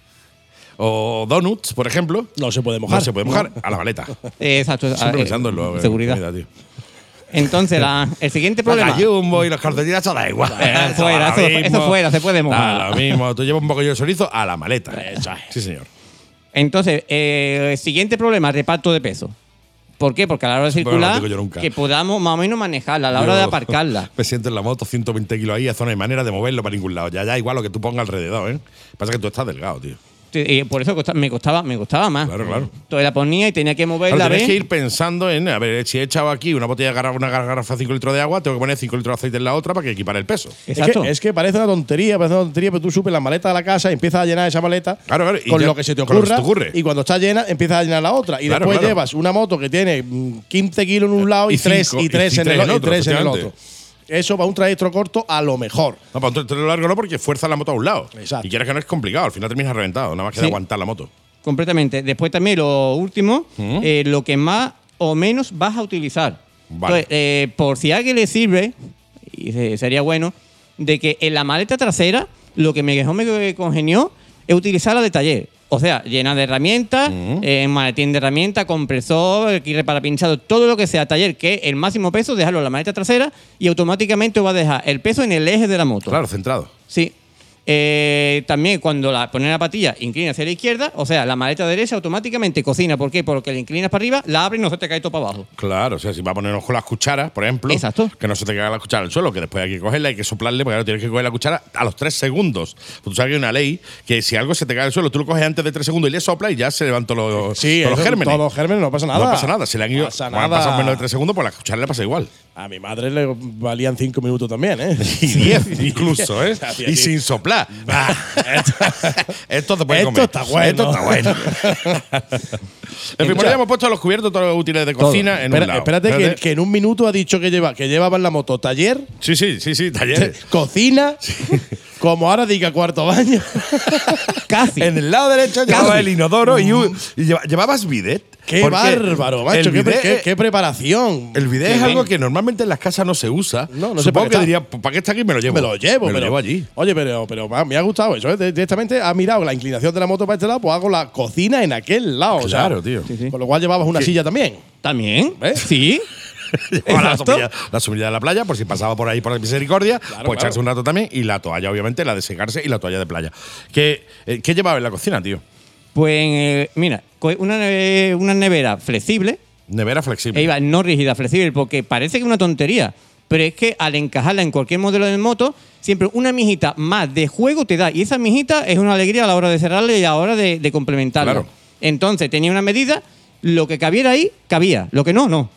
Speaker 5: o Donuts, por ejemplo,
Speaker 6: No se puede mojar.
Speaker 5: no se puede mojar a la maleta.
Speaker 8: Eh, exacto.
Speaker 5: Siempre
Speaker 8: eh,
Speaker 5: pensando en lo en
Speaker 8: seguridad.
Speaker 5: la comida, tío.
Speaker 8: Entonces, la- el siguiente problema.
Speaker 5: Paga Jumbo y las cartelinas, eso da igual.
Speaker 8: Ah,
Speaker 5: Eso
Speaker 8: fuera,
Speaker 5: da lo
Speaker 8: eso-
Speaker 5: mismo.
Speaker 8: eso fuera, se puede mojar.
Speaker 5: Da lo mismo, tú llevas un bocadillo de chorizo a la maleta. Sí, señor.
Speaker 8: Entonces, eh, siguiente problema, reparto de peso. ¿Por qué? Porque a la hora de
Speaker 5: Ese problema no
Speaker 8: circular,
Speaker 5: tengo yo nunca.
Speaker 8: que podamos más o menos manejarla, a la hora
Speaker 5: Yo
Speaker 8: de aparcarla.
Speaker 5: Me siento en la moto, 120 kilos ahí, a zona de manera de moverlo para ningún lado. Ya, ya, igual lo que tú pongas alrededor, ¿eh? Pasa que tú estás delgado, tío.
Speaker 8: Sí, eh, por eso costa- me, costaba, me costaba más.
Speaker 5: Claro, claro.
Speaker 8: Entonces Mm. la ponía y tenía que
Speaker 5: Claro,
Speaker 8: moverla.
Speaker 5: tienes
Speaker 8: ¿ves?
Speaker 5: que ir pensando en, a ver, si he echado aquí una botella de garra- una garrafa de 5 litros de agua, tengo que poner 5 litros de aceite en la otra para que equipar el peso.
Speaker 6: Es
Speaker 8: Exacto.
Speaker 6: que, es que parece una tontería, parece una tontería, pero tú subes la maleta de la casa y empiezas a llenar esa maleta
Speaker 5: Claro, claro, y
Speaker 6: con
Speaker 5: ya-
Speaker 6: lo que se te
Speaker 5: con lo que se
Speaker 6: ocurra.
Speaker 5: te ocurre.
Speaker 6: Y cuando está llena, empiezas a llenar la otra. Y
Speaker 5: Claro,
Speaker 6: después
Speaker 5: claro. Eh,
Speaker 6: llevas una moto que tiene mm, 15 kilos en un lado y,
Speaker 5: Y
Speaker 6: tres,
Speaker 5: cinco-
Speaker 6: y
Speaker 5: y
Speaker 6: tres en,
Speaker 5: tres
Speaker 6: el,
Speaker 5: en
Speaker 6: o- y
Speaker 5: otro,
Speaker 6: tres en el otro.
Speaker 5: efectivamente.
Speaker 6: Eso para un trayecto corto, a lo mejor.
Speaker 5: No, para un lo largo no, porque fuerza la moto a un lado.
Speaker 6: Exacto.
Speaker 5: Y quieres que no es complicado, al final terminas reventado, nada más que de
Speaker 8: Sí.
Speaker 5: aguantar la moto.
Speaker 8: Completamente. Después también lo último, eh, lo que más o menos vas a utilizar.
Speaker 5: Vale.
Speaker 8: Entonces, eh, por si a alguien le sirve, y se- sería bueno, de que en la maleta trasera, lo que me dejó me congenió es utilizarla de taller. O sea, llena de herramientas, eh, maletín de herramientas, compresor, kit para pinchado, todo lo que sea taller, que el máximo peso, dejarlo en la maleta trasera y automáticamente va a dejar el peso en el eje de la moto.
Speaker 5: Claro, centrado.
Speaker 8: Sí. Eh, también cuando la pones la patilla, inclina hacia la izquierda, o sea, la maleta derecha automáticamente cocina. ¿Por qué? Porque la inclinas para arriba, la abres y no se te cae todo para abajo.
Speaker 5: Claro, o sea, si va a ponernos con las cucharas, por ejemplo,
Speaker 8: Exacto.
Speaker 5: que no se te caiga la cuchara al suelo, que después hay que cogerla, hay que soplarle, porque ahora tienes que coger la cuchara a los tres segundos. Pues Tú sabes que hay una ley que si algo se te cae al suelo, tú lo coges antes de tres segundos y le soplas y ya se levantó los, todos los
Speaker 6: eso,
Speaker 5: gérmenes.
Speaker 6: Todos los gérmenes, no pasa nada.
Speaker 5: No pasa nada, se le han ido.
Speaker 6: Pasa
Speaker 5: bueno, han
Speaker 6: nada.
Speaker 5: pasado menos de tres segundos, pues la cuchara le pasa igual.
Speaker 6: A mi madre le valían cinco minutos también, ¿eh?
Speaker 5: Y diez incluso, ¿eh?
Speaker 6: Hacía
Speaker 5: y
Speaker 6: así.
Speaker 5: sin soplar. Ah, esto, esto te puede
Speaker 6: Esto
Speaker 5: comer.
Speaker 6: está bueno.
Speaker 5: Esto está bueno. en fin, por ahí hemos puesto los cubiertos, todos los útiles de cocina en
Speaker 6: Espera-
Speaker 5: un lado.
Speaker 6: espérate, que- Que, en un minuto ha dicho que lleva que llevaba en la moto taller,
Speaker 5: Sí, sí, sí, sí, talleres.
Speaker 6: cocina, como ahora diga cuarto baño.
Speaker 8: Casi.
Speaker 5: En el lado derecho llevaba el inodoro y, un- y lleva- llevabas bidet.
Speaker 6: ¡Qué
Speaker 5: Porque
Speaker 6: bárbaro, macho!
Speaker 5: El
Speaker 6: Qué, pre-
Speaker 5: bidet,
Speaker 6: qué- qué preparación!
Speaker 5: el bidet es algo que normalmente en las casas no se usa.
Speaker 6: No, no sé
Speaker 5: Supongo
Speaker 6: para qué
Speaker 5: que
Speaker 6: está.
Speaker 5: diría, pues, ¿para qué está aquí? Me lo llevo.
Speaker 6: me lo llevo,
Speaker 5: Me
Speaker 6: pero,
Speaker 5: lo llevo allí.
Speaker 6: Oye, pero, pero ma, me ha gustado eso. ¿eh? De- Directamente ha mirado la inclinación de la moto para este lado, pues hago la cocina en aquel lado. o sea,
Speaker 5: Claro, tío.
Speaker 8: sí.
Speaker 6: Con lo cual llevabas una silla también.
Speaker 8: ¿También?
Speaker 6: ¿Eh?
Speaker 8: Sí.
Speaker 5: Llevaba la,
Speaker 8: Exacto.
Speaker 5: sombrilla, la sombrilla de la playa, por si pasaba por ahí por misericordia, pues
Speaker 6: claro.
Speaker 5: echarse un rato también. Y la toalla, obviamente, la de secarse y la toalla de playa. ¿Qué, eh, qué llevaba en la cocina, tío?
Speaker 8: Pues, eh, mira, co- una, neve- una nevera flexible,
Speaker 5: Nevera flexible.
Speaker 8: e iba no rígida, flexible, porque parece que es una tontería. Pero es que al encajarla en cualquier modelo de moto, siempre una mijita más de juego te da. Y esa mijita es una alegría a la hora de cerrarla y a la hora de, de complementarla.
Speaker 5: Claro.
Speaker 8: Entonces tenía una medida, lo que cabiera ahí, cabía. Lo que no, no.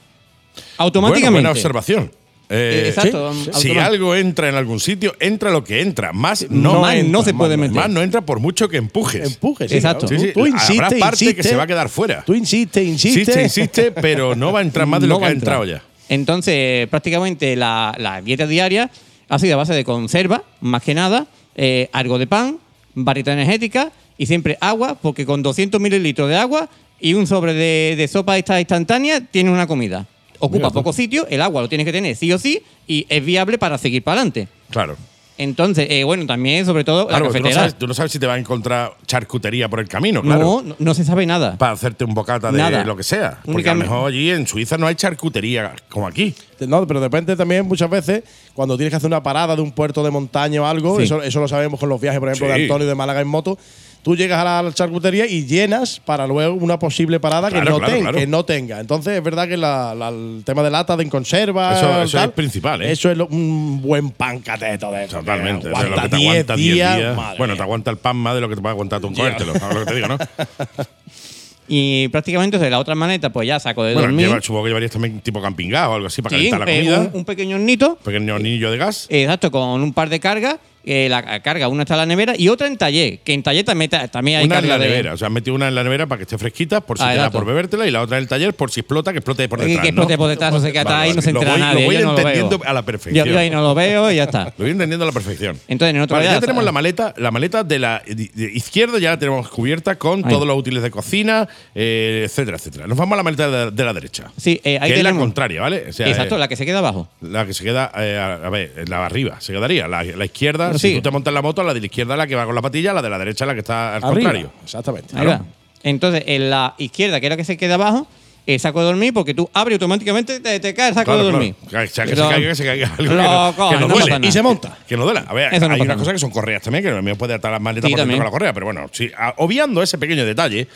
Speaker 5: Bueno,
Speaker 8: Automáticamente.
Speaker 5: buena observación. Eh,
Speaker 8: Eh, exacto,
Speaker 5: sí.
Speaker 8: automático.
Speaker 5: Si algo entra en algún sitio, entra lo que entra. Más no,
Speaker 8: No más
Speaker 5: entra,
Speaker 8: no se puede meter.
Speaker 5: Más no entra por mucho que empujes.
Speaker 6: Empuje, sí.
Speaker 8: Exacto.
Speaker 6: claro.
Speaker 5: Sí, sí.
Speaker 6: Tú, tú
Speaker 5: Habrá
Speaker 6: insistes,
Speaker 5: parte
Speaker 6: insistes.
Speaker 5: que se va a quedar fuera.
Speaker 6: Tú insistes, insistes.
Speaker 5: Insiste, insiste, pero no va a entrar más de
Speaker 8: No
Speaker 5: lo que
Speaker 8: va
Speaker 5: ha
Speaker 8: a entrar.
Speaker 5: entrado ya.
Speaker 8: Entonces, prácticamente la, la dieta diaria ha sido a base de conserva, más que nada, eh, algo de pan, barrita energética y siempre agua, porque con 200 mililitros de agua y un sobre de, de sopa esta instantánea tienes una comida. Ocupa poco sitio, el agua lo tienes que tener sí o sí y es viable para seguir para adelante.
Speaker 7: Claro.
Speaker 8: Entonces, eh, bueno, también sobre todo la
Speaker 7: Claro, tú no,
Speaker 8: cafetera.
Speaker 7: sabes, tú no sabes si te va a encontrar charcutería por el camino,
Speaker 8: no,
Speaker 7: claro.
Speaker 8: no, no se sabe nada.
Speaker 7: Para hacerte un bocata de
Speaker 8: Nada.
Speaker 7: lo que sea. Porque a lo
Speaker 8: Únicamente-
Speaker 7: mejor allí en Suiza no hay charcutería como aquí.
Speaker 6: No, pero depende también muchas veces cuando tienes que hacer una parada de un puerto de montaña o algo,
Speaker 8: Sí.
Speaker 6: eso, eso lo sabemos con los viajes, por ejemplo,
Speaker 7: Sí.
Speaker 6: de Antonio de Málaga en moto. Tú llegas a la charcutería y llenas para luego una posible parada que,
Speaker 7: Claro,
Speaker 6: no
Speaker 7: claro,
Speaker 6: ten-
Speaker 7: claro.
Speaker 6: que no tenga. Entonces, es verdad que la- la- el tema de lata, de conserva.
Speaker 7: Eso- eso
Speaker 6: tal,
Speaker 7: es principal, ¿eh?
Speaker 6: Eso es lo- un buen pan cateto de esto, que
Speaker 7: Totalmente. eso es lo que
Speaker 6: Aguanta
Speaker 7: te
Speaker 6: 10
Speaker 7: aguanta 10 días.
Speaker 6: madre
Speaker 7: Bueno,
Speaker 6: mía.
Speaker 7: te aguanta el pan más de lo que te puede aguantar tú un coértelo, ¿sabes lo que te digo, no?
Speaker 8: Y prácticamente, o sea, la otra maneta, pues ya saco de
Speaker 7: Bueno,
Speaker 8: dormir.
Speaker 7: lleva- supongo que llevarías también tipo campingado o algo así para
Speaker 8: Sí,
Speaker 7: calentar la
Speaker 8: eh,
Speaker 7: comida.
Speaker 8: un, un pequeño hornito,
Speaker 7: pequeño anillo de gas.
Speaker 8: Eh, exacto, con un par de cargas. eh, la carga, una está en la nevera y otra en taller, que en taller también, ta- también hay
Speaker 7: Una en
Speaker 8: carga
Speaker 7: la
Speaker 8: de-
Speaker 7: nevera, o sea, has metido una en la nevera para que esté fresquita, por si
Speaker 8: Ah,
Speaker 7: te da
Speaker 8: exacto.
Speaker 7: por bebértela, y la otra en el taller por si explota, que explote por
Speaker 8: Que-
Speaker 7: detrás.
Speaker 8: que
Speaker 7: ¿no?
Speaker 8: explote por detrás, o sea, que hasta ahí no se
Speaker 7: Lo
Speaker 8: entera
Speaker 7: voy-
Speaker 8: nadie,
Speaker 7: Lo voy
Speaker 8: yo no lo veo.
Speaker 7: entendiendo a la
Speaker 8: Yo,
Speaker 7: perfección.
Speaker 8: yo ahí no lo veo y ya está.
Speaker 7: Lo voy entendiendo a la perfección.
Speaker 8: Entonces, en otro
Speaker 7: Vale,
Speaker 8: lado
Speaker 7: ya
Speaker 8: ya está.
Speaker 7: tenemos la maleta, la maleta de la eh, de izquierda ya la tenemos cubierta con
Speaker 8: Ahí.
Speaker 7: todos los útiles de cocina, eh, etcétera, etcétera. Nos vamos a la maleta de la, de la derecha.
Speaker 8: Sí, eh, ahí
Speaker 7: que es la
Speaker 8: tenemos.
Speaker 7: contraria, ¿vale? O sea,
Speaker 8: Exacto,
Speaker 7: eh,
Speaker 8: la que se queda abajo.
Speaker 7: la que se queda, eh, a, a ver, la arriba, se quedaría. La, la izquierda,
Speaker 8: Sí.
Speaker 7: si tú te montas la moto, la de la izquierda es la que va con la patilla, la de la derecha es la que está al
Speaker 6: Arriba,
Speaker 7: contrario.
Speaker 6: Exactamente.
Speaker 8: Ahí va. Entonces, en la izquierda, que es la que se queda abajo, el saco de dormir, porque tú abres automáticamente, te, te cae el saco
Speaker 7: Claro,
Speaker 8: de
Speaker 7: claro.
Speaker 8: dormir.
Speaker 7: Que se- que se
Speaker 8: Lo-
Speaker 7: caiga, que se caiga. Algo que no-
Speaker 8: Lo
Speaker 7: que
Speaker 8: coges,
Speaker 7: no
Speaker 8: no
Speaker 7: duele.
Speaker 8: pasa nada.
Speaker 6: Y se monta.
Speaker 7: Que no duela. A ver,
Speaker 8: Eso no
Speaker 7: hay
Speaker 8: pasa
Speaker 7: unas
Speaker 8: nada.
Speaker 7: cosas que son correas también, que lo mío puede atar las maletas
Speaker 8: Sí,
Speaker 7: por dentro
Speaker 8: también.
Speaker 7: con la correa, pero bueno, sí, a- obviando ese pequeño detalle,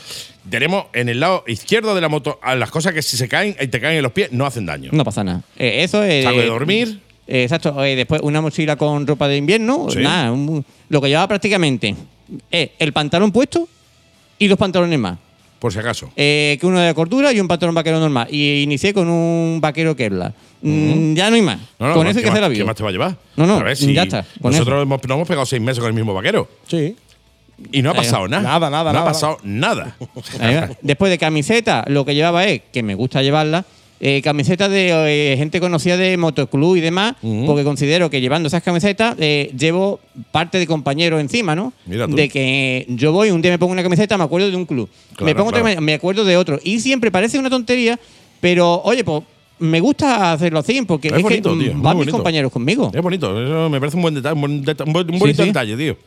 Speaker 7: tenemos en el lado izquierdo de la moto a las cosas que si se caen y te caen en los pies no hacen daño.
Speaker 8: No pasa nada. Eh, eso es.
Speaker 7: Saco de dormir.
Speaker 8: Eh, exacto. Eh, después una mochila con ropa de invierno.
Speaker 7: Sí.
Speaker 8: Nada. un- lo que llevaba prácticamente es el pantalón puesto y dos pantalones más.
Speaker 7: Por si acaso.
Speaker 8: Eh, que uno de cordura y un pantalón vaquero normal. Y inicié con un vaquero Kevlar. Mm, ya no hay más.
Speaker 7: No, no,
Speaker 8: con
Speaker 7: ¿qué
Speaker 8: eso hay
Speaker 7: más-
Speaker 8: que hacer la
Speaker 7: ¿Qué
Speaker 8: vida.
Speaker 7: más te va a llevar?
Speaker 8: No, no,
Speaker 7: A ver si
Speaker 8: ya está, con
Speaker 7: Nosotros hemos, nos hemos pegado seis meses con el mismo vaquero
Speaker 6: Sí.
Speaker 7: y no ha
Speaker 8: Ahí va.
Speaker 7: pasado nada.
Speaker 6: Nada, nada,
Speaker 7: No ha
Speaker 6: nada,
Speaker 7: pasado nada.
Speaker 8: Ahí va. Después de camiseta, lo que llevaba es, que me gusta llevarla, eh, camiseta de eh, gente conocida de motoclub y demás, porque considero que llevando esas camisetas eh, llevo parte de compañeros encima, ¿no?
Speaker 7: Mira tú.
Speaker 8: De que yo voy, un día me pongo una camiseta, me acuerdo de un club,
Speaker 7: Claro,
Speaker 8: me pongo otra
Speaker 7: claro.
Speaker 8: camiseta, me acuerdo de otro. Y siempre parece una tontería, pero oye, pues me gusta hacerlo así, porque
Speaker 7: Es
Speaker 8: es,
Speaker 7: bonito,
Speaker 8: que
Speaker 7: tío,
Speaker 8: mm,
Speaker 7: muy
Speaker 8: van mis
Speaker 7: bonito.
Speaker 8: compañeros conmigo.
Speaker 7: Es bonito, eso me parece un buen detalle, un, buen deta- un buen- un bonito
Speaker 8: sí.
Speaker 7: detalle, tío.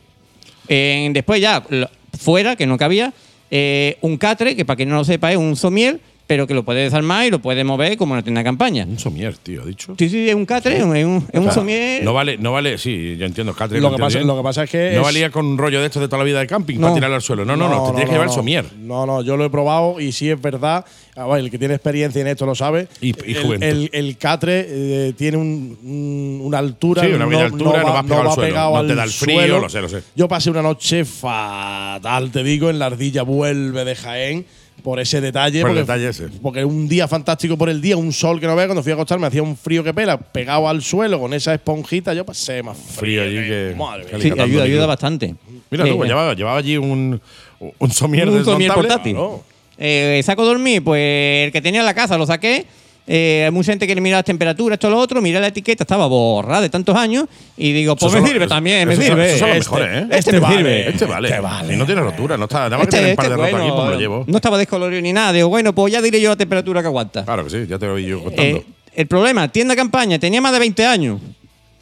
Speaker 8: Eh, después ya, lo- fuera, que no cabía, eh, un catre, que para quien no lo sepa es un somier, pero que lo puedes desarmar y lo puedes mover como una tienda de campaña.
Speaker 7: Un somier, tío, ha dicho.
Speaker 8: Sí, sí, es un catre, es un, es un
Speaker 7: O sea,
Speaker 8: somier.
Speaker 7: No vale, no vale, sí, yo entiendo, Catri,
Speaker 6: Lo que
Speaker 7: entiendo
Speaker 6: pasa-
Speaker 7: bien.
Speaker 6: lo que pasa es que
Speaker 7: No
Speaker 6: es-
Speaker 7: valía con un rollo de estos de toda la vida de camping
Speaker 8: No.
Speaker 7: para tirarlo al suelo. No, no, no, te tienes que llevar el somier.
Speaker 6: No, no, yo lo he probado y sí es verdad. A ver, el que tiene experiencia en esto lo sabe.
Speaker 7: Y- y
Speaker 6: el,
Speaker 7: juventud.
Speaker 6: el- el catre eh, tiene un- un- una altura.
Speaker 7: Sí, una media altura, no vas pegado al suelo,
Speaker 6: pegado
Speaker 7: no
Speaker 6: al
Speaker 7: te da el frío,
Speaker 6: suelo.
Speaker 7: lo sé, lo sé.
Speaker 6: Yo pasé una noche fatal, te digo, en la ardilla vuelve de Jaén. Por ese detalle.
Speaker 7: Por el
Speaker 6: porque,
Speaker 7: detalle ese.
Speaker 6: Porque un día fantástico por el día, un sol que no veía. Cuando fui a acostarme hacía un frío que pela, pegado al suelo con esa esponjita. Yo pasé más
Speaker 7: Frío
Speaker 6: frío.
Speaker 7: allí que. que
Speaker 6: Madre mía.
Speaker 8: Sí,
Speaker 7: alicatando
Speaker 8: ayuda,
Speaker 7: líquido.
Speaker 8: ayuda bastante.
Speaker 7: Mira,
Speaker 8: Eh,
Speaker 7: tú, pues, llevaba, llevaba allí un, un somier
Speaker 8: un somier
Speaker 7: desmontable.
Speaker 8: portátil.
Speaker 7: Claro.
Speaker 8: Eh, saco dormir, pues el que tenía en la casa lo saqué. Eh, hay mucha gente que mira las temperaturas, esto lo otro, mira la etiqueta, estaba borrada de tantos años. Y digo, pues
Speaker 7: Eso
Speaker 8: me
Speaker 7: son-
Speaker 8: sirve también, me
Speaker 7: esos son-
Speaker 8: sirve.
Speaker 7: esos son los
Speaker 8: Este-
Speaker 7: mejores, ¿eh?
Speaker 8: Este, me
Speaker 6: Este
Speaker 8: sirve.
Speaker 6: vale.
Speaker 7: Este vale.
Speaker 6: Este vale.
Speaker 7: Y no tiene rotura, no está. Nada más que
Speaker 8: Este-
Speaker 7: tener un
Speaker 8: este
Speaker 7: par de rotas
Speaker 8: bueno,
Speaker 7: aquí, pues me lo llevo.
Speaker 8: No estaba descolorido ni nada. Digo, bueno, pues ya diré yo la temperatura que aguanta.
Speaker 7: Claro que sí, ya te lo voy yo contando.
Speaker 8: Eh, el problema, tienda campaña, tenía más de 20 años.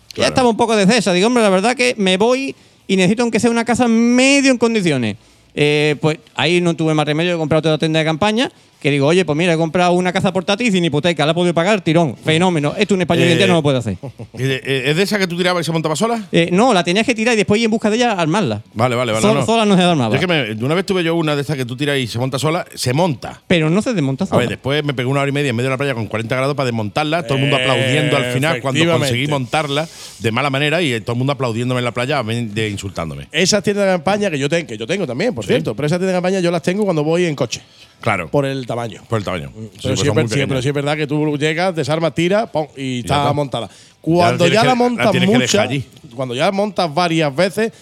Speaker 8: Ya
Speaker 7: Claro.
Speaker 8: estaba un poco de cesa. Digo, hombre, la verdad que me voy y necesito aunque sea una casa medio en condiciones. Eh, pues ahí no tuve más remedio que comprar otra tienda de campaña. Que digo, oye, pues mira, he comprado una casa portátil sin hipoteca, la he podido pagar, tirón, fenómeno. Esto un español
Speaker 7: Eh,
Speaker 8: entero no lo puede hacer.
Speaker 7: Eh, eh, ¿Es de esa que tú tirabas y se montaba sola?
Speaker 8: Eh, no, la tenías que tirar y después ir en busca de ella a armarla.
Speaker 7: Vale, vale, vale.
Speaker 8: Sol- Sola no se
Speaker 7: Yo
Speaker 8: armaba.
Speaker 7: es que me- una vez tuve yo una de estas que tú tiras y se monta sola, se monta.
Speaker 8: Pero no se desmonta
Speaker 7: A
Speaker 8: sola.
Speaker 7: ver, después me pegó una hora y media en medio de la playa con 40 grados para desmontarla, todo el mundo aplaudiendo al final cuando
Speaker 6: Efectivamente.
Speaker 7: conseguí montarla de mala manera y eh, todo el mundo aplaudiéndome en la playa ven- de insultándome.
Speaker 6: Esas tiendas de campaña que yo, ten- que yo tengo también, por cierto, pero esas tiendas de campaña yo las tengo cuando voy en coche,
Speaker 7: Claro, por,
Speaker 6: por el tamaño.
Speaker 7: el tamaño. Sí,
Speaker 6: Pero
Speaker 7: pues
Speaker 6: sí, es
Speaker 7: son
Speaker 6: ver-
Speaker 7: muy
Speaker 6: sí, pero
Speaker 7: pequeñas.
Speaker 6: sí es verdad que tú llegas, desarmas, tira pon, y
Speaker 7: ya
Speaker 6: está
Speaker 7: está.
Speaker 6: montada. Cuando
Speaker 7: tienes
Speaker 6: ya,
Speaker 7: que-
Speaker 6: la
Speaker 7: la
Speaker 6: montas
Speaker 7: tienes que dejar
Speaker 6: muchas,
Speaker 7: allí.
Speaker 6: cuando ya la montas varias veces,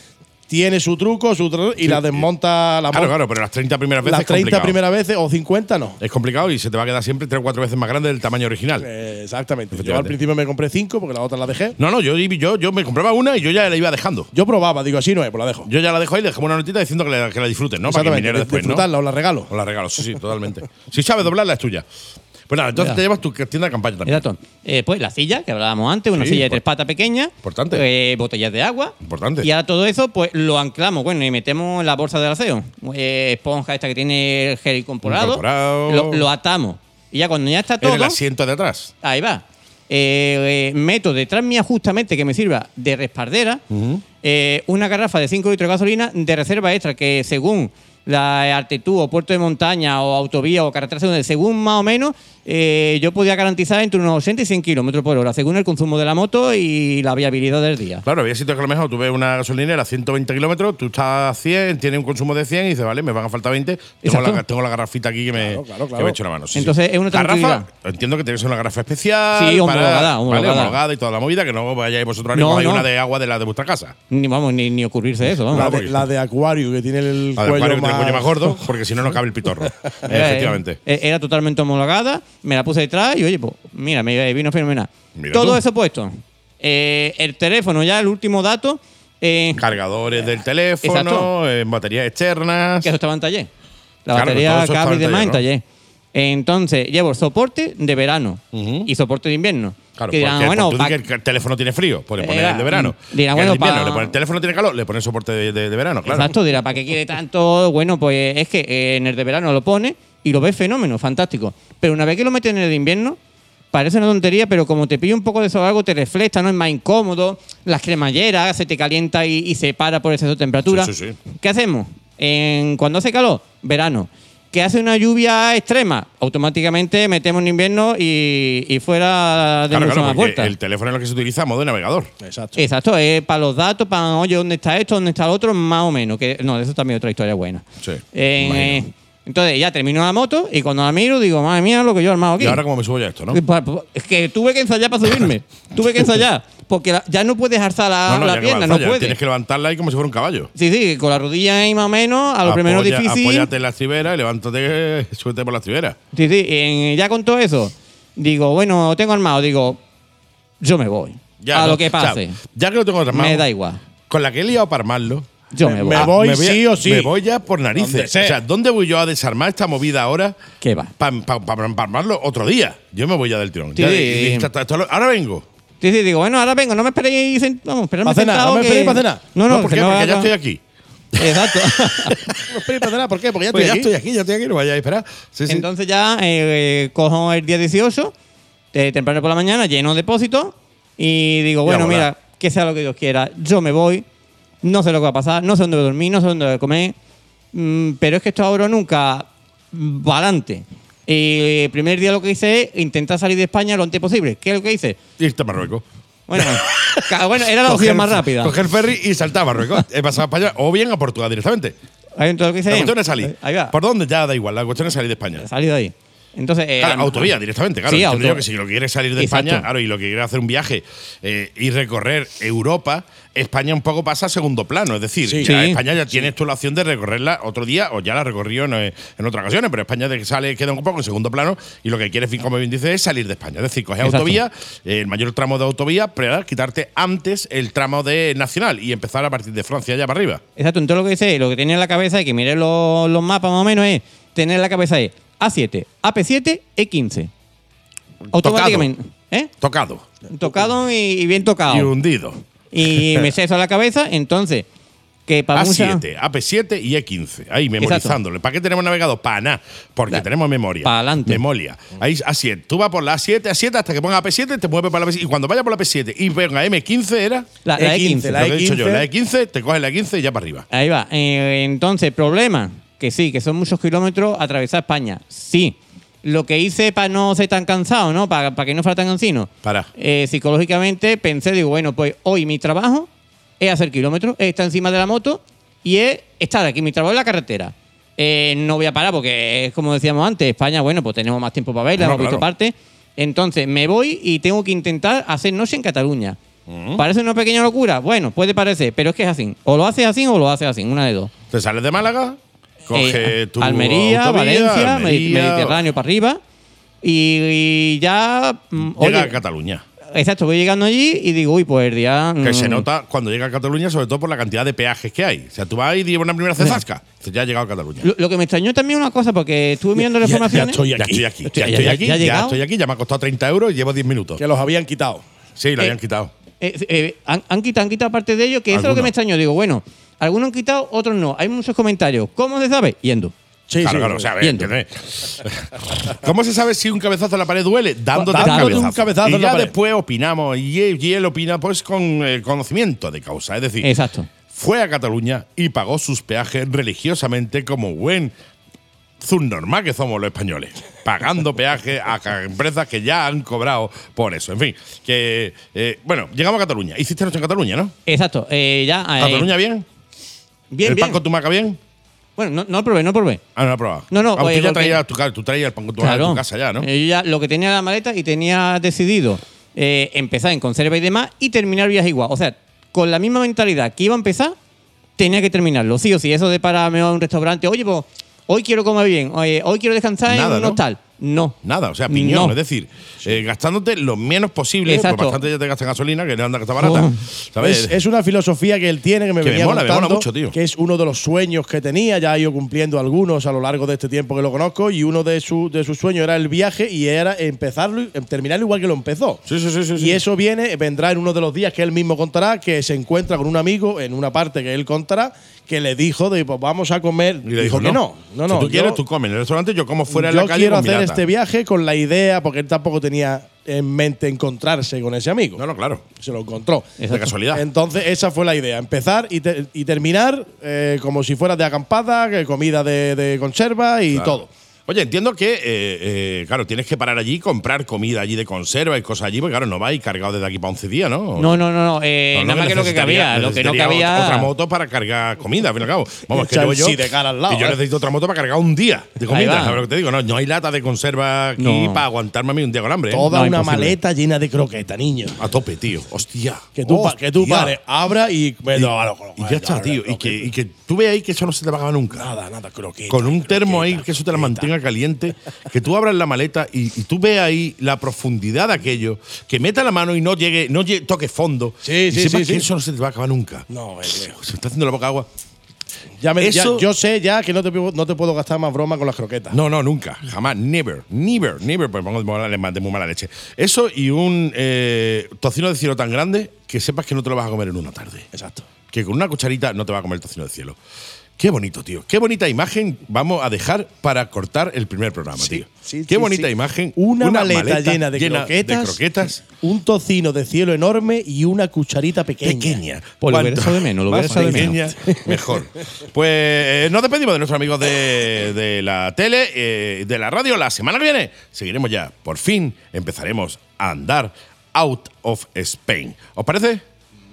Speaker 6: tiene su truco su tru- y la desmonta la
Speaker 7: eh, Claro,
Speaker 6: mo-
Speaker 7: claro, pero las 30 primeras veces
Speaker 6: Las
Speaker 7: es
Speaker 6: 30
Speaker 7: complicado.
Speaker 6: primeras veces o 50 no.
Speaker 7: Es complicado y se te va a quedar siempre 3 o 4 veces más grande del tamaño original.
Speaker 6: Eh, exactamente. Yo al
Speaker 7: Efectivamente.
Speaker 6: principio me compré 5 porque la otra la dejé.
Speaker 7: No, no, yo, yo, yo me compraba una y yo ya la iba dejando.
Speaker 6: Yo probaba, digo así no es, pues la dejo.
Speaker 7: Yo ya la dejo ahí, le dejamos una notita diciendo que la, que la disfruten, ¿no? Para que viniera
Speaker 6: de-
Speaker 7: después, ¿no?
Speaker 6: disfrutarla, os la regalo.
Speaker 7: O la regalo, sí, sí, totalmente. si sabes doblarla es tuya. Pues nada, entonces
Speaker 8: Ya.
Speaker 7: te llevas tu tienda de campaña también.
Speaker 8: Exacto. Eh, pues la silla, que hablábamos antes, una
Speaker 7: Sí,
Speaker 8: silla de
Speaker 7: impor-
Speaker 8: tres patas pequeña.
Speaker 7: importante.
Speaker 8: eh, botellas de agua.
Speaker 7: Importante.
Speaker 8: Y ahora todo eso, pues lo anclamos, bueno, y metemos en la bolsa del aseo. Eh, esponja esta que tiene el gel incorporado.
Speaker 7: Incorporado.
Speaker 8: Lo, lo atamos. Y ya cuando ya está
Speaker 7: En
Speaker 8: todo.
Speaker 7: el asiento de atrás.
Speaker 8: Ahí va. Eh, eh, meto detrás mía justamente que me sirva de respaldera eh, una garrafa de 5 litros de gasolina de reserva extra que según la altitud o puerto de montaña o autovía o carretera secundaria, según más o menos, eh, yo podía garantizar entre unos 80 y 100 kilómetros por hora, según el consumo de la moto y la viabilidad del día.
Speaker 7: Claro, había sitios que a lo mejor tú ves una gasolinera a 120 kilómetros, tú estás a 100, tiene un consumo de 100 y dices, vale, me van a faltar 20, tengo,
Speaker 8: Exacto.
Speaker 7: la, tengo la garrafita aquí que me,
Speaker 6: Claro, claro,
Speaker 7: que
Speaker 6: claro.
Speaker 7: me echo la mano. Sí,
Speaker 8: Entonces,
Speaker 7: sí.
Speaker 8: es una
Speaker 7: garrafa.
Speaker 8: tranquilidad.
Speaker 7: Entiendo que tiene que ser una garrafa especial,
Speaker 8: Sí,
Speaker 7: para-
Speaker 8: homologada, homologada.
Speaker 7: Vale, homologada y toda la movida, que no vayáis vosotros ahora
Speaker 8: No,
Speaker 7: mismo, hay
Speaker 8: no.
Speaker 7: una de agua de la de vuestra casa.
Speaker 8: Ni vamos, ni, ni ocurrirse eso. vamos.
Speaker 6: La
Speaker 7: Claro,
Speaker 6: de,
Speaker 7: Ah, porque-
Speaker 6: la de Acuario, que tiene el
Speaker 7: Además,
Speaker 6: cuello,
Speaker 7: cuello que
Speaker 6: más,
Speaker 7: tiene el cuello más gordo, porque si no, no cabe el pitorro. Eh,
Speaker 8: Era-
Speaker 7: Efectivamente.
Speaker 8: Era, eh, era totalmente homologada, me la puse detrás y oye, pues mira, me vino fenomenal.
Speaker 7: Mira
Speaker 8: Todo
Speaker 7: tú.
Speaker 8: eso puesto. Eh, el teléfono, ya el último dato, eh,
Speaker 7: Cargadores del teléfono,
Speaker 8: Exacto.
Speaker 7: eh, baterías externas.
Speaker 8: que eso estaba en taller. La
Speaker 7: Claro, todo
Speaker 8: batería,
Speaker 7: eso estaba
Speaker 8: cable
Speaker 7: en
Speaker 8: y demás en
Speaker 7: taller,
Speaker 8: taller. Entonces, llevo soporte de verano y soporte de invierno.
Speaker 7: Claro, porque
Speaker 8: que dirán,
Speaker 7: bueno,
Speaker 8: bueno,
Speaker 7: tú di que
Speaker 8: pa-
Speaker 7: el ca- teléfono tiene frío, pues le pones
Speaker 8: Era-
Speaker 7: el de verano.
Speaker 8: dirá,
Speaker 7: Que el de
Speaker 8: bueno,
Speaker 7: invierno,
Speaker 8: pa-
Speaker 7: le pones- el teléfono tiene calor, le pones soporte de, de- de verano, claro.
Speaker 8: Exacto, dirá, ¿para qué quiere tanto? Bueno, pues es que eh, en el de verano lo pone y lo ves fenómeno, fantástico. Pero una vez que lo metes en el de invierno, parece una tontería, pero como te pilla un poco de algo te refleja, ¿no? Es más incómodo, las cremalleras, se te calienta y, y se para por exceso de temperatura.
Speaker 7: Sí, sí, sí.
Speaker 8: ¿Qué hacemos? En- cuando hace calor, verano. Que hace una lluvia extrema, automáticamente metemos en invierno y, y fuera de
Speaker 7: Claro,
Speaker 8: nuestra
Speaker 7: claro, porque
Speaker 8: más puerta.
Speaker 7: el teléfono es lo que se utiliza a modo de navegador.
Speaker 6: Exacto.
Speaker 8: Exacto, es para los datos, para, oye, ¿dónde está esto? ¿Dónde está el otro? Más o menos. Que, no, eso también es otra historia buena.
Speaker 7: Sí,
Speaker 8: Eh,
Speaker 7: imagino.
Speaker 8: eh, entonces, ya termino la moto y cuando la miro digo, madre mía, lo que yo he armado aquí.
Speaker 7: Y ahora, ¿cómo me subo yo a esto, no?
Speaker 8: Eh, pa- pa- Es que tuve que ensayar para subirme. tuve que ensayar. Porque la- ya no puedes alzar la, la
Speaker 7: ya que
Speaker 8: pierna,
Speaker 7: avanza,
Speaker 8: no
Speaker 7: ya
Speaker 8: puedes.
Speaker 7: Tienes que levantarla ahí como si fuera un caballo.
Speaker 8: Sí, sí, con la rodilla ahí más o menos, a lo primero
Speaker 7: Apoya-
Speaker 8: difícil.
Speaker 7: Apóyate en la estribera y levántate, súbete por la estribera.
Speaker 8: Sí, sí, en- ya con todo eso, digo, bueno, tengo armado, digo, yo me voy.
Speaker 7: Ya,
Speaker 8: a
Speaker 7: no,
Speaker 8: lo que
Speaker 7: o sea,
Speaker 8: pase.
Speaker 7: ya que lo tengo armado.
Speaker 8: me da igual.
Speaker 7: Con la que he liado para armarlo.
Speaker 8: Yo me voy.
Speaker 6: Me voy sí
Speaker 7: a-
Speaker 6: o sí.
Speaker 7: Me voy ya por narices.
Speaker 6: Donde sea.
Speaker 7: O sea, ¿dónde voy yo a desarmar esta movida ahora?
Speaker 8: ¿Qué va?
Speaker 7: Para armarlo otro día. Yo me voy ya del tirón.
Speaker 8: Sí.
Speaker 7: Ya de- de- esta- esta- esta- ahora vengo.
Speaker 8: Sí, sí, digo, bueno, ahora vengo, no me esperéis. sent- Vamos, esperadme
Speaker 6: Pa' cenar,
Speaker 8: sentado
Speaker 6: no me
Speaker 8: que-
Speaker 6: esperéis pa' cenar.
Speaker 8: No, no,
Speaker 7: ¿por
Speaker 8: que
Speaker 7: qué?
Speaker 8: no
Speaker 7: Porque ya
Speaker 8: haga-
Speaker 7: estoy aquí.
Speaker 8: Exacto.
Speaker 6: No esperéis para nada, ¿Por qué? Porque ya
Speaker 7: Pues ya
Speaker 6: estoy aquí.
Speaker 7: estoy aquí, ya estoy aquí, no vayáis a esperar. Sí, sí.
Speaker 8: Entonces ya eh, eh, cojo el día 18, eh, temprano por la mañana, lleno de depósitos, y digo, bueno,
Speaker 7: mola.
Speaker 8: mira, que sea lo que Dios quiera, yo me voy, no sé lo que va a pasar, no sé dónde voy a dormir, no sé dónde voy a comer, mm, pero es que esto ahora o nunca, valante. Y el primer día lo que hice es intentar salir de España lo antes posible. ¿Qué es lo que hice?
Speaker 7: irte a Marruecos.
Speaker 8: Bueno, ca- bueno era la
Speaker 7: Coger-
Speaker 8: opción más rápida.
Speaker 7: Coger ferry y saltar a Marruecos. He pasado a España o bien a Portugal directamente.
Speaker 8: Ahí entonces lo que hice
Speaker 7: La
Speaker 8: es-
Speaker 7: cuestión es salir.
Speaker 8: Ahí va.
Speaker 7: ¿Por dónde? Ya da igual. La cuestión es salir de España.
Speaker 8: Salido ahí. Entonces, eh,
Speaker 7: Claro,
Speaker 8: a-
Speaker 7: autovía directamente, claro.
Speaker 8: Sí,
Speaker 7: Entiendo
Speaker 8: auto-
Speaker 7: yo que si lo que quieres salir de
Speaker 8: Exacto.
Speaker 7: España, claro, y lo que quieres hacer un viaje eh, y recorrer Europa, España un poco pasa a segundo plano. Es decir,
Speaker 8: Sí.
Speaker 7: ya
Speaker 8: Sí.
Speaker 7: España ya tienes tú la opción de recorrerla otro día o ya la recorrió en, eh, en otras ocasiones, pero España de que sale queda un poco en segundo plano y lo que quieres, como bien dices, es salir de España. Es decir, coger
Speaker 8: Exacto.
Speaker 7: autovía, eh, el mayor tramo de autovía, para quitarte antes el tramo de nacional y empezar a partir de Francia ya para arriba.
Speaker 8: Exacto, entonces lo que dice, lo que tiene en la cabeza y que mire los, los mapas más o menos es tener en la cabeza es A7, AP7, E15. E Automáticamente. ¿Eh?
Speaker 7: Tocado
Speaker 8: Tocado y, y bien
Speaker 7: y
Speaker 8: tocado.
Speaker 7: hundido.
Speaker 8: Y, me sé eso a la cabeza, entonces, que para mucha-
Speaker 7: A7, AP7
Speaker 5: e
Speaker 7: y E15. Ahí memorizándolo. ¿Para qué tenemos navegado? Para nada. Porque tenemos memoria.
Speaker 8: Pa' adelante.
Speaker 7: Memoria. Ahí A7. Tú vas por la A7, A7 hasta que ponga AP7, te mueves para la AP7. Y cuando vaya por la AP7 y venga M15 era.
Speaker 8: la, E la
Speaker 6: E15,
Speaker 8: E15.
Speaker 6: la
Speaker 7: lo que he dicho yo. E
Speaker 6: E15.
Speaker 7: La
Speaker 5: E
Speaker 7: E15, te coges la E15 y ya para arriba.
Speaker 8: Ahí va. Eh, entonces, problema. Que sí, que son muchos kilómetros atravesar España. Sí. Lo que hice para no ser tan cansado, ¿no? Para que no fuera tan cansino.
Speaker 7: Para.
Speaker 8: Eh, psicológicamente pensé, digo, bueno, pues hoy mi trabajo es hacer kilómetros, es estar encima de la moto y es estar aquí. Mi trabajo es la carretera. Eh, no voy a parar porque es como decíamos antes, España, bueno, pues tenemos más tiempo para verla,
Speaker 7: No,
Speaker 8: hemos visto
Speaker 7: claro.
Speaker 8: parte. Entonces, me voy y tengo que intentar hacer noche en Cataluña.
Speaker 5: Mm.
Speaker 8: ¿Parece una pequeña locura? Bueno, puede parecer, pero es que es así. O lo haces así o lo haces así, una de dos.
Speaker 5: Te sales de Málaga, coge
Speaker 8: Eh,
Speaker 5: tu
Speaker 8: Almería,
Speaker 5: autovía,
Speaker 8: Valencia, Medi-
Speaker 5: Almería,
Speaker 8: Mediterráneo para arriba. Y, y ya. mm,
Speaker 5: Llega
Speaker 8: oye,
Speaker 5: a Cataluña.
Speaker 8: exacto, voy llegando allí y digo, uy, pues el día.
Speaker 5: Que se
Speaker 8: mm,
Speaker 5: nota cuando llega a Cataluña, sobre todo por la cantidad de peajes que hay. O sea, tú vas y llevas una primera cezasca. Dices, Ya has llegado a Cataluña.
Speaker 8: Lo, lo que me extrañó también una cosa, porque estuve mirando las
Speaker 6: Ya- ya
Speaker 8: informaciones.
Speaker 6: estoy
Speaker 5: Ya
Speaker 6: aquí.
Speaker 5: estoy aquí,
Speaker 8: Hostia,
Speaker 5: ya
Speaker 8: ya-
Speaker 5: estoy
Speaker 8: ya-
Speaker 5: aquí,
Speaker 8: ya
Speaker 5: ya,
Speaker 8: ha llegado.
Speaker 5: estoy aquí, ya me ha costado 30 euros y llevo 10 minutos.
Speaker 6: Que los habían quitado.
Speaker 5: Sí, lo
Speaker 8: Eh,
Speaker 5: habían quitado.
Speaker 8: Eh, eh, han, han quitado, han quitado parte de ellos, que eso es lo que
Speaker 5: Algunos.
Speaker 8: me extrañó. Digo, bueno, algunos han quitado, otros no. Hay muchos comentarios. ¿Cómo se sabe? Yendo.
Speaker 6: Sí,
Speaker 5: claro,
Speaker 6: sí,
Speaker 5: claro, o
Speaker 6: sí.
Speaker 5: sea, a ver,
Speaker 8: Yendo.
Speaker 5: ¿entiendes? ¿Cómo se sabe si un cabezazo a la pared duele? Dándote,
Speaker 6: Dándote
Speaker 5: un cabezazo.
Speaker 6: un cabezazo
Speaker 5: y
Speaker 6: en la
Speaker 5: ya
Speaker 6: pared.
Speaker 5: después opinamos. Y él, y él opina pues con eh, conocimiento de causa. Es decir,
Speaker 8: Exacto.
Speaker 5: fue a Cataluña y pagó sus peajes religiosamente como buen normal que somos los españoles, pagando peaje a ca- empresas que ya han cobrado por eso. En fin, que eh, bueno, llegamos a Cataluña. Hiciste noche en Cataluña, ¿no?
Speaker 8: Exacto. Eh, ya. eh,
Speaker 5: Cataluña bien,
Speaker 8: Bien,
Speaker 5: el
Speaker 8: bien.
Speaker 5: pan con tumaca bien.
Speaker 8: Bueno, no, no probé, no probé.
Speaker 5: Ah, no, lo he probado.
Speaker 8: No, no,
Speaker 5: Ah, tú
Speaker 8: oye,
Speaker 5: ya
Speaker 8: lo que-
Speaker 5: traías tu, ca- tú traías el pan con tumaca de tu casa ya, ¿no?
Speaker 8: Eh, Yo ya lo que tenía en la maleta y tenía decidido eh, empezar en conserva y demás y terminar viaje igual. O sea, con la misma mentalidad que iba a empezar, tenía que terminarlo. Sí o sí, eso de pararme a un restaurante, oye, pues hoy quiero comer bien, oye, hoy quiero descansar
Speaker 5: Nada,
Speaker 8: en un
Speaker 5: ¿no?
Speaker 8: hostal. No.
Speaker 5: Nada, o sea, piñón.
Speaker 8: No.
Speaker 5: Es decir, eh, gastándote lo menos posible, porque
Speaker 8: Exacto.
Speaker 5: bastante ya te gastas gasolina, que no anda que está barata.
Speaker 8: Oh.
Speaker 5: ¿Sabes?
Speaker 6: Es, es una filosofía que él tiene que me
Speaker 5: Que me
Speaker 6: venía
Speaker 5: mola, me mola
Speaker 6: contando,
Speaker 5: mucho, tío.
Speaker 6: que es uno de los sueños que tenía, ya ha ido cumpliendo algunos a lo largo de este tiempo que lo conozco y uno de, su- de sus sueños era el viaje y era empezarlo, y- em, terminarlo igual que lo empezó.
Speaker 5: Sí, sí, sí, sí,
Speaker 6: y
Speaker 5: sí.
Speaker 6: eso viene, vendrá en uno de los días que él mismo contará, que se encuentra con un amigo en una parte que él contará, que le dijo de pues vamos a comer,
Speaker 5: Y le
Speaker 6: dijo, que no, no, no.
Speaker 5: si tú
Speaker 6: yo-
Speaker 5: quieres, tú comes en el restaurante, yo como fuera en
Speaker 6: yo
Speaker 5: la calle.
Speaker 6: quiero
Speaker 5: con mi
Speaker 6: hacer
Speaker 5: lata.
Speaker 6: este viaje con la idea, porque él tampoco tenía en mente encontrarse con ese amigo.
Speaker 5: No, no, claro.
Speaker 6: Se lo encontró.
Speaker 5: De casualidad.
Speaker 6: Entonces, esa fue la idea. Empezar y, te- y terminar eh, como si fueras de acampada, que comida de, de conserva y
Speaker 5: Claro.
Speaker 6: todo.
Speaker 5: Oye, entiendo que, eh, eh, claro, tienes que parar allí, comprar comida allí de conserva y cosas allí, porque claro, no vais cargado desde aquí para 11 días, ¿no?
Speaker 8: No, no, no, no. eh,
Speaker 5: Pues, No, no,
Speaker 8: nada más que lo que
Speaker 5: necesitaría-
Speaker 8: cabía. Lo que no
Speaker 5: necesitaría
Speaker 8: cabía.
Speaker 5: Otra moto para cargar comida, al fin y al cabo. Vamos, es que
Speaker 6: Echa
Speaker 5: llevo
Speaker 6: el
Speaker 5: yo.
Speaker 6: sí de cara al lado,
Speaker 5: y yo
Speaker 6: ¿eh?
Speaker 5: necesito otra moto para cargar un día de
Speaker 8: Ahí
Speaker 5: comida.
Speaker 8: va.
Speaker 5: ¿Sabes lo que te digo? No, no hay lata de conserva aquí
Speaker 8: No.
Speaker 5: para aguantarme a mí un día con hambre. ¿eh?
Speaker 6: Toda
Speaker 8: No,
Speaker 6: una
Speaker 8: imposible.
Speaker 6: maleta llena de croqueta, niño.
Speaker 5: A tope, tío. Hostia.
Speaker 6: Que tú, pa-
Speaker 5: Hostia.
Speaker 6: que tú pares, abra y.
Speaker 5: Y,
Speaker 6: No, no,
Speaker 5: y ya está, tío. Y que, y que tú veas ahí que eso no se te pagaba nunca.
Speaker 6: Nada, nada, croqueta.
Speaker 5: Con un termo ahí,
Speaker 6: croqueta,
Speaker 5: que eso te la
Speaker 6: croqueta.
Speaker 5: mantenga caliente, que tú abras la maleta y, y tú veas ahí la profundidad de aquello, que meta la mano y no llegue, no llegue- toque fondo.
Speaker 6: Sí,
Speaker 5: y
Speaker 6: sí,
Speaker 5: sepas
Speaker 6: sí,
Speaker 5: que
Speaker 6: sí.
Speaker 5: eso no se te va a acabar nunca.
Speaker 6: No, es lejos.
Speaker 5: Se me está haciendo la boca agua.
Speaker 6: Ya me- ya-
Speaker 5: Eso-
Speaker 6: yo sé ya que no te, puedo- no te puedo gastar más broma con las croquetas.
Speaker 5: No, no, nunca. Jamás. Never. Never. Never. Pues pongo de mala- de muy mala leche. Eso y un eh, tocino de cielo tan grande que sepas que no te lo vas a comer en una tarde.
Speaker 6: Exacto.
Speaker 5: que con una cucharita no te va a comer el tocino del cielo. Qué bonito, tío. Qué bonita imagen vamos a dejar para cortar el primer programa, tío.
Speaker 6: sí,
Speaker 5: Qué
Speaker 6: sí,
Speaker 5: bonita
Speaker 6: sí.
Speaker 5: imagen.
Speaker 6: Una maleta llena de croquetas.
Speaker 5: croquetas
Speaker 6: Un tocino de cielo enorme y una cucharita pequeña.
Speaker 5: pequeña.
Speaker 8: Pues lo hubiera
Speaker 5: Cuanto
Speaker 8: echado de menos, lo hubiera
Speaker 5: más
Speaker 8: echado de
Speaker 5: pequeña, Mejor. Pues eh, nos despedimos de nuestros amigos de, de la tele, eh, de la radio. La semana que viene seguiremos ya. Por fin empezaremos a andar out of Spain. ¿Os parece?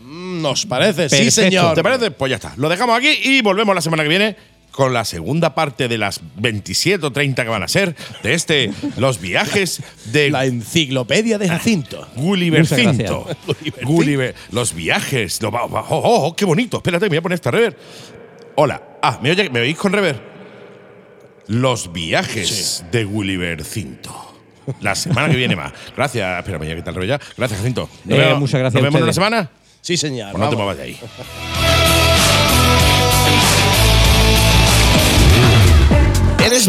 Speaker 6: Nos parece, sí,
Speaker 8: Perfecto.
Speaker 6: señor.
Speaker 5: ¿Te parece? Pues ya está. Lo dejamos aquí y volvemos la semana que viene con la segunda parte de las 27 o 30 que van a ser de este Los viajes
Speaker 6: La
Speaker 5: de
Speaker 6: enciclopedia de Jacinto.
Speaker 5: Gulliver
Speaker 8: Muchas gracias.
Speaker 5: Cinto. Gulliver, los viajes. lo va- va- Oh, oh, oh, qué bonito. Espérate, me voy a poner esta rever. Hola. Ah, ¿me, oye- ¿me oís con rever? Los viajes de Gulliver Cinto. La semana que viene más. Gracias. Espérame, ya que tal ya. Gracias, Jacinto. Nos
Speaker 8: Eh,
Speaker 5: vemos-
Speaker 8: muchas gracias
Speaker 5: Nos
Speaker 8: a
Speaker 5: vemos en una
Speaker 8: ustedes.
Speaker 5: semana.
Speaker 6: Sí, señor.
Speaker 5: Pues no te muevas
Speaker 6: vamos.
Speaker 5: de ahí.
Speaker 9: ¿Eres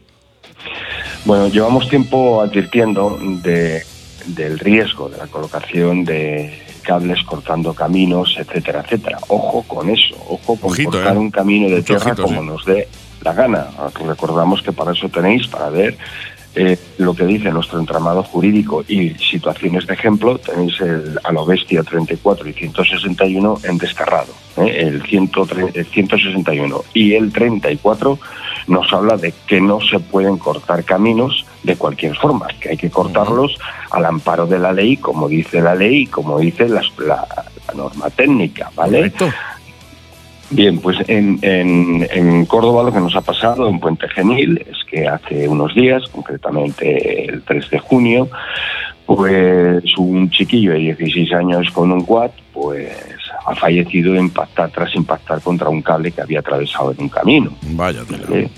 Speaker 7: Bueno, llevamos tiempo advirtiendo de- del riesgo de la colocación de cables cortando caminos, etcétera, etcétera. Ojo con eso, ojo con
Speaker 5: Ojito,
Speaker 7: cortar
Speaker 5: eh.
Speaker 7: un camino de
Speaker 5: Mucho
Speaker 7: tierra
Speaker 5: ojito,
Speaker 7: como
Speaker 5: sí.
Speaker 7: nos dé Eh, la gana. Recordamos que para eso tenéis, para ver eh, lo que dice nuestro entramado jurídico y situaciones de ejemplo, tenéis el a lo bestia 34 y 161 en descarrado, ¿eh? el, 103 el 161 y el 34 nos habla de que no se pueden cortar caminos de cualquier forma, que hay que cortarlos al amparo de la ley, como dice la ley, y como dice las- la, la norma técnica, ¿vale? Bien, pues en, en- en Córdoba lo que nos ha pasado en Puente Genil es que hace unos días, concretamente Eh, el 3 de junio, pues un chiquillo de 16 años con un quad, pues ha fallecido de impactar tras impactar contra un cable que había atravesado en un camino.
Speaker 5: Vaya,
Speaker 7: ¿vale?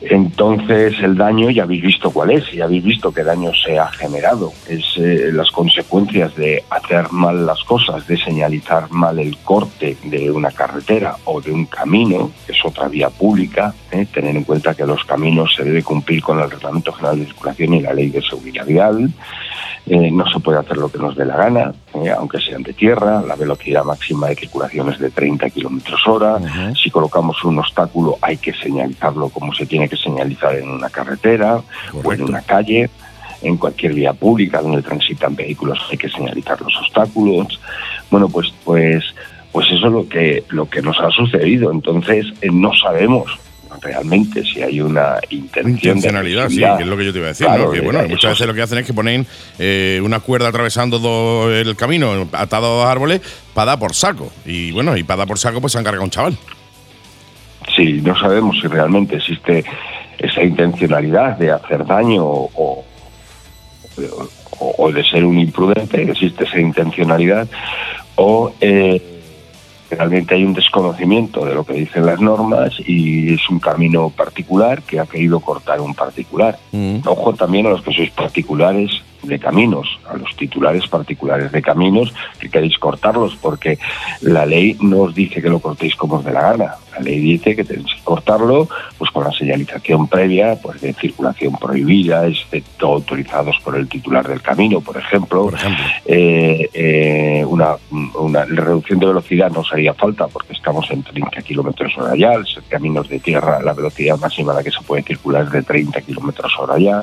Speaker 7: Entonces el daño ya habéis visto cuál es, ya habéis visto qué daño se ha generado. Es eh, las consecuencias de hacer mal las cosas, de señalizar mal el corte de una carretera o de un camino, que es otra vía pública. ¿eh? Tener en cuenta que los caminos se debe cumplir con el Reglamento General de Circulación y la Ley de Seguridad Vial. Eh, no se puede hacer lo que nos dé la gana, eh, aunque sean de tierra. La velocidad máxima de circulación es de 30 kilómetros hora. Si colocamos un obstáculo, hay que señalizarlo como se tiene que señalizar en una carretera o en una calle. En cualquier vía pública donde transitan vehículos, hay que señalizar los obstáculos. Bueno, pues, pues, pues eso es lo que, lo que nos ha sucedido. Entonces, eh, no sabemos realmente si hay una intención.
Speaker 8: Intencionalidad,
Speaker 7: de
Speaker 8: sí, que es lo que yo te iba a decir,
Speaker 7: Claro,
Speaker 8: ¿no? Que
Speaker 7: de-
Speaker 8: bueno,
Speaker 7: eso
Speaker 8: muchas veces lo que hacen es que ponen eh, una cuerda atravesando todo el camino, atado a dos árboles, para dar por saco. Y bueno, y para dar por saco, pues se han cargado a un chaval.
Speaker 7: Sí, no sabemos si realmente existe esa intencionalidad de hacer daño o, o- o- o de ser un imprudente, existe esa intencionalidad, o eh, realmente hay un desconocimiento de lo que dicen las normas y es un camino particular que ha querido cortar un particular.
Speaker 6: Mm.
Speaker 7: Ojo también a los que sois particulares de caminos, a los titulares particulares de caminos que queréis cortarlos, porque la ley no os dice que lo cortéis como os dé la gana. La ley dice que tenéis que cortarlo pues con la señalización previa, pues de circulación prohibida, excepto autorizados por el titular del camino, por ejemplo.
Speaker 8: Por ejemplo.
Speaker 7: Eh, eh, una, una reducción de velocidad no os haría falta porque estamos en 30 kilómetros hora ya, los caminos de tierra, la velocidad máxima a la que se puede circular es de 30 kilómetros hora ya,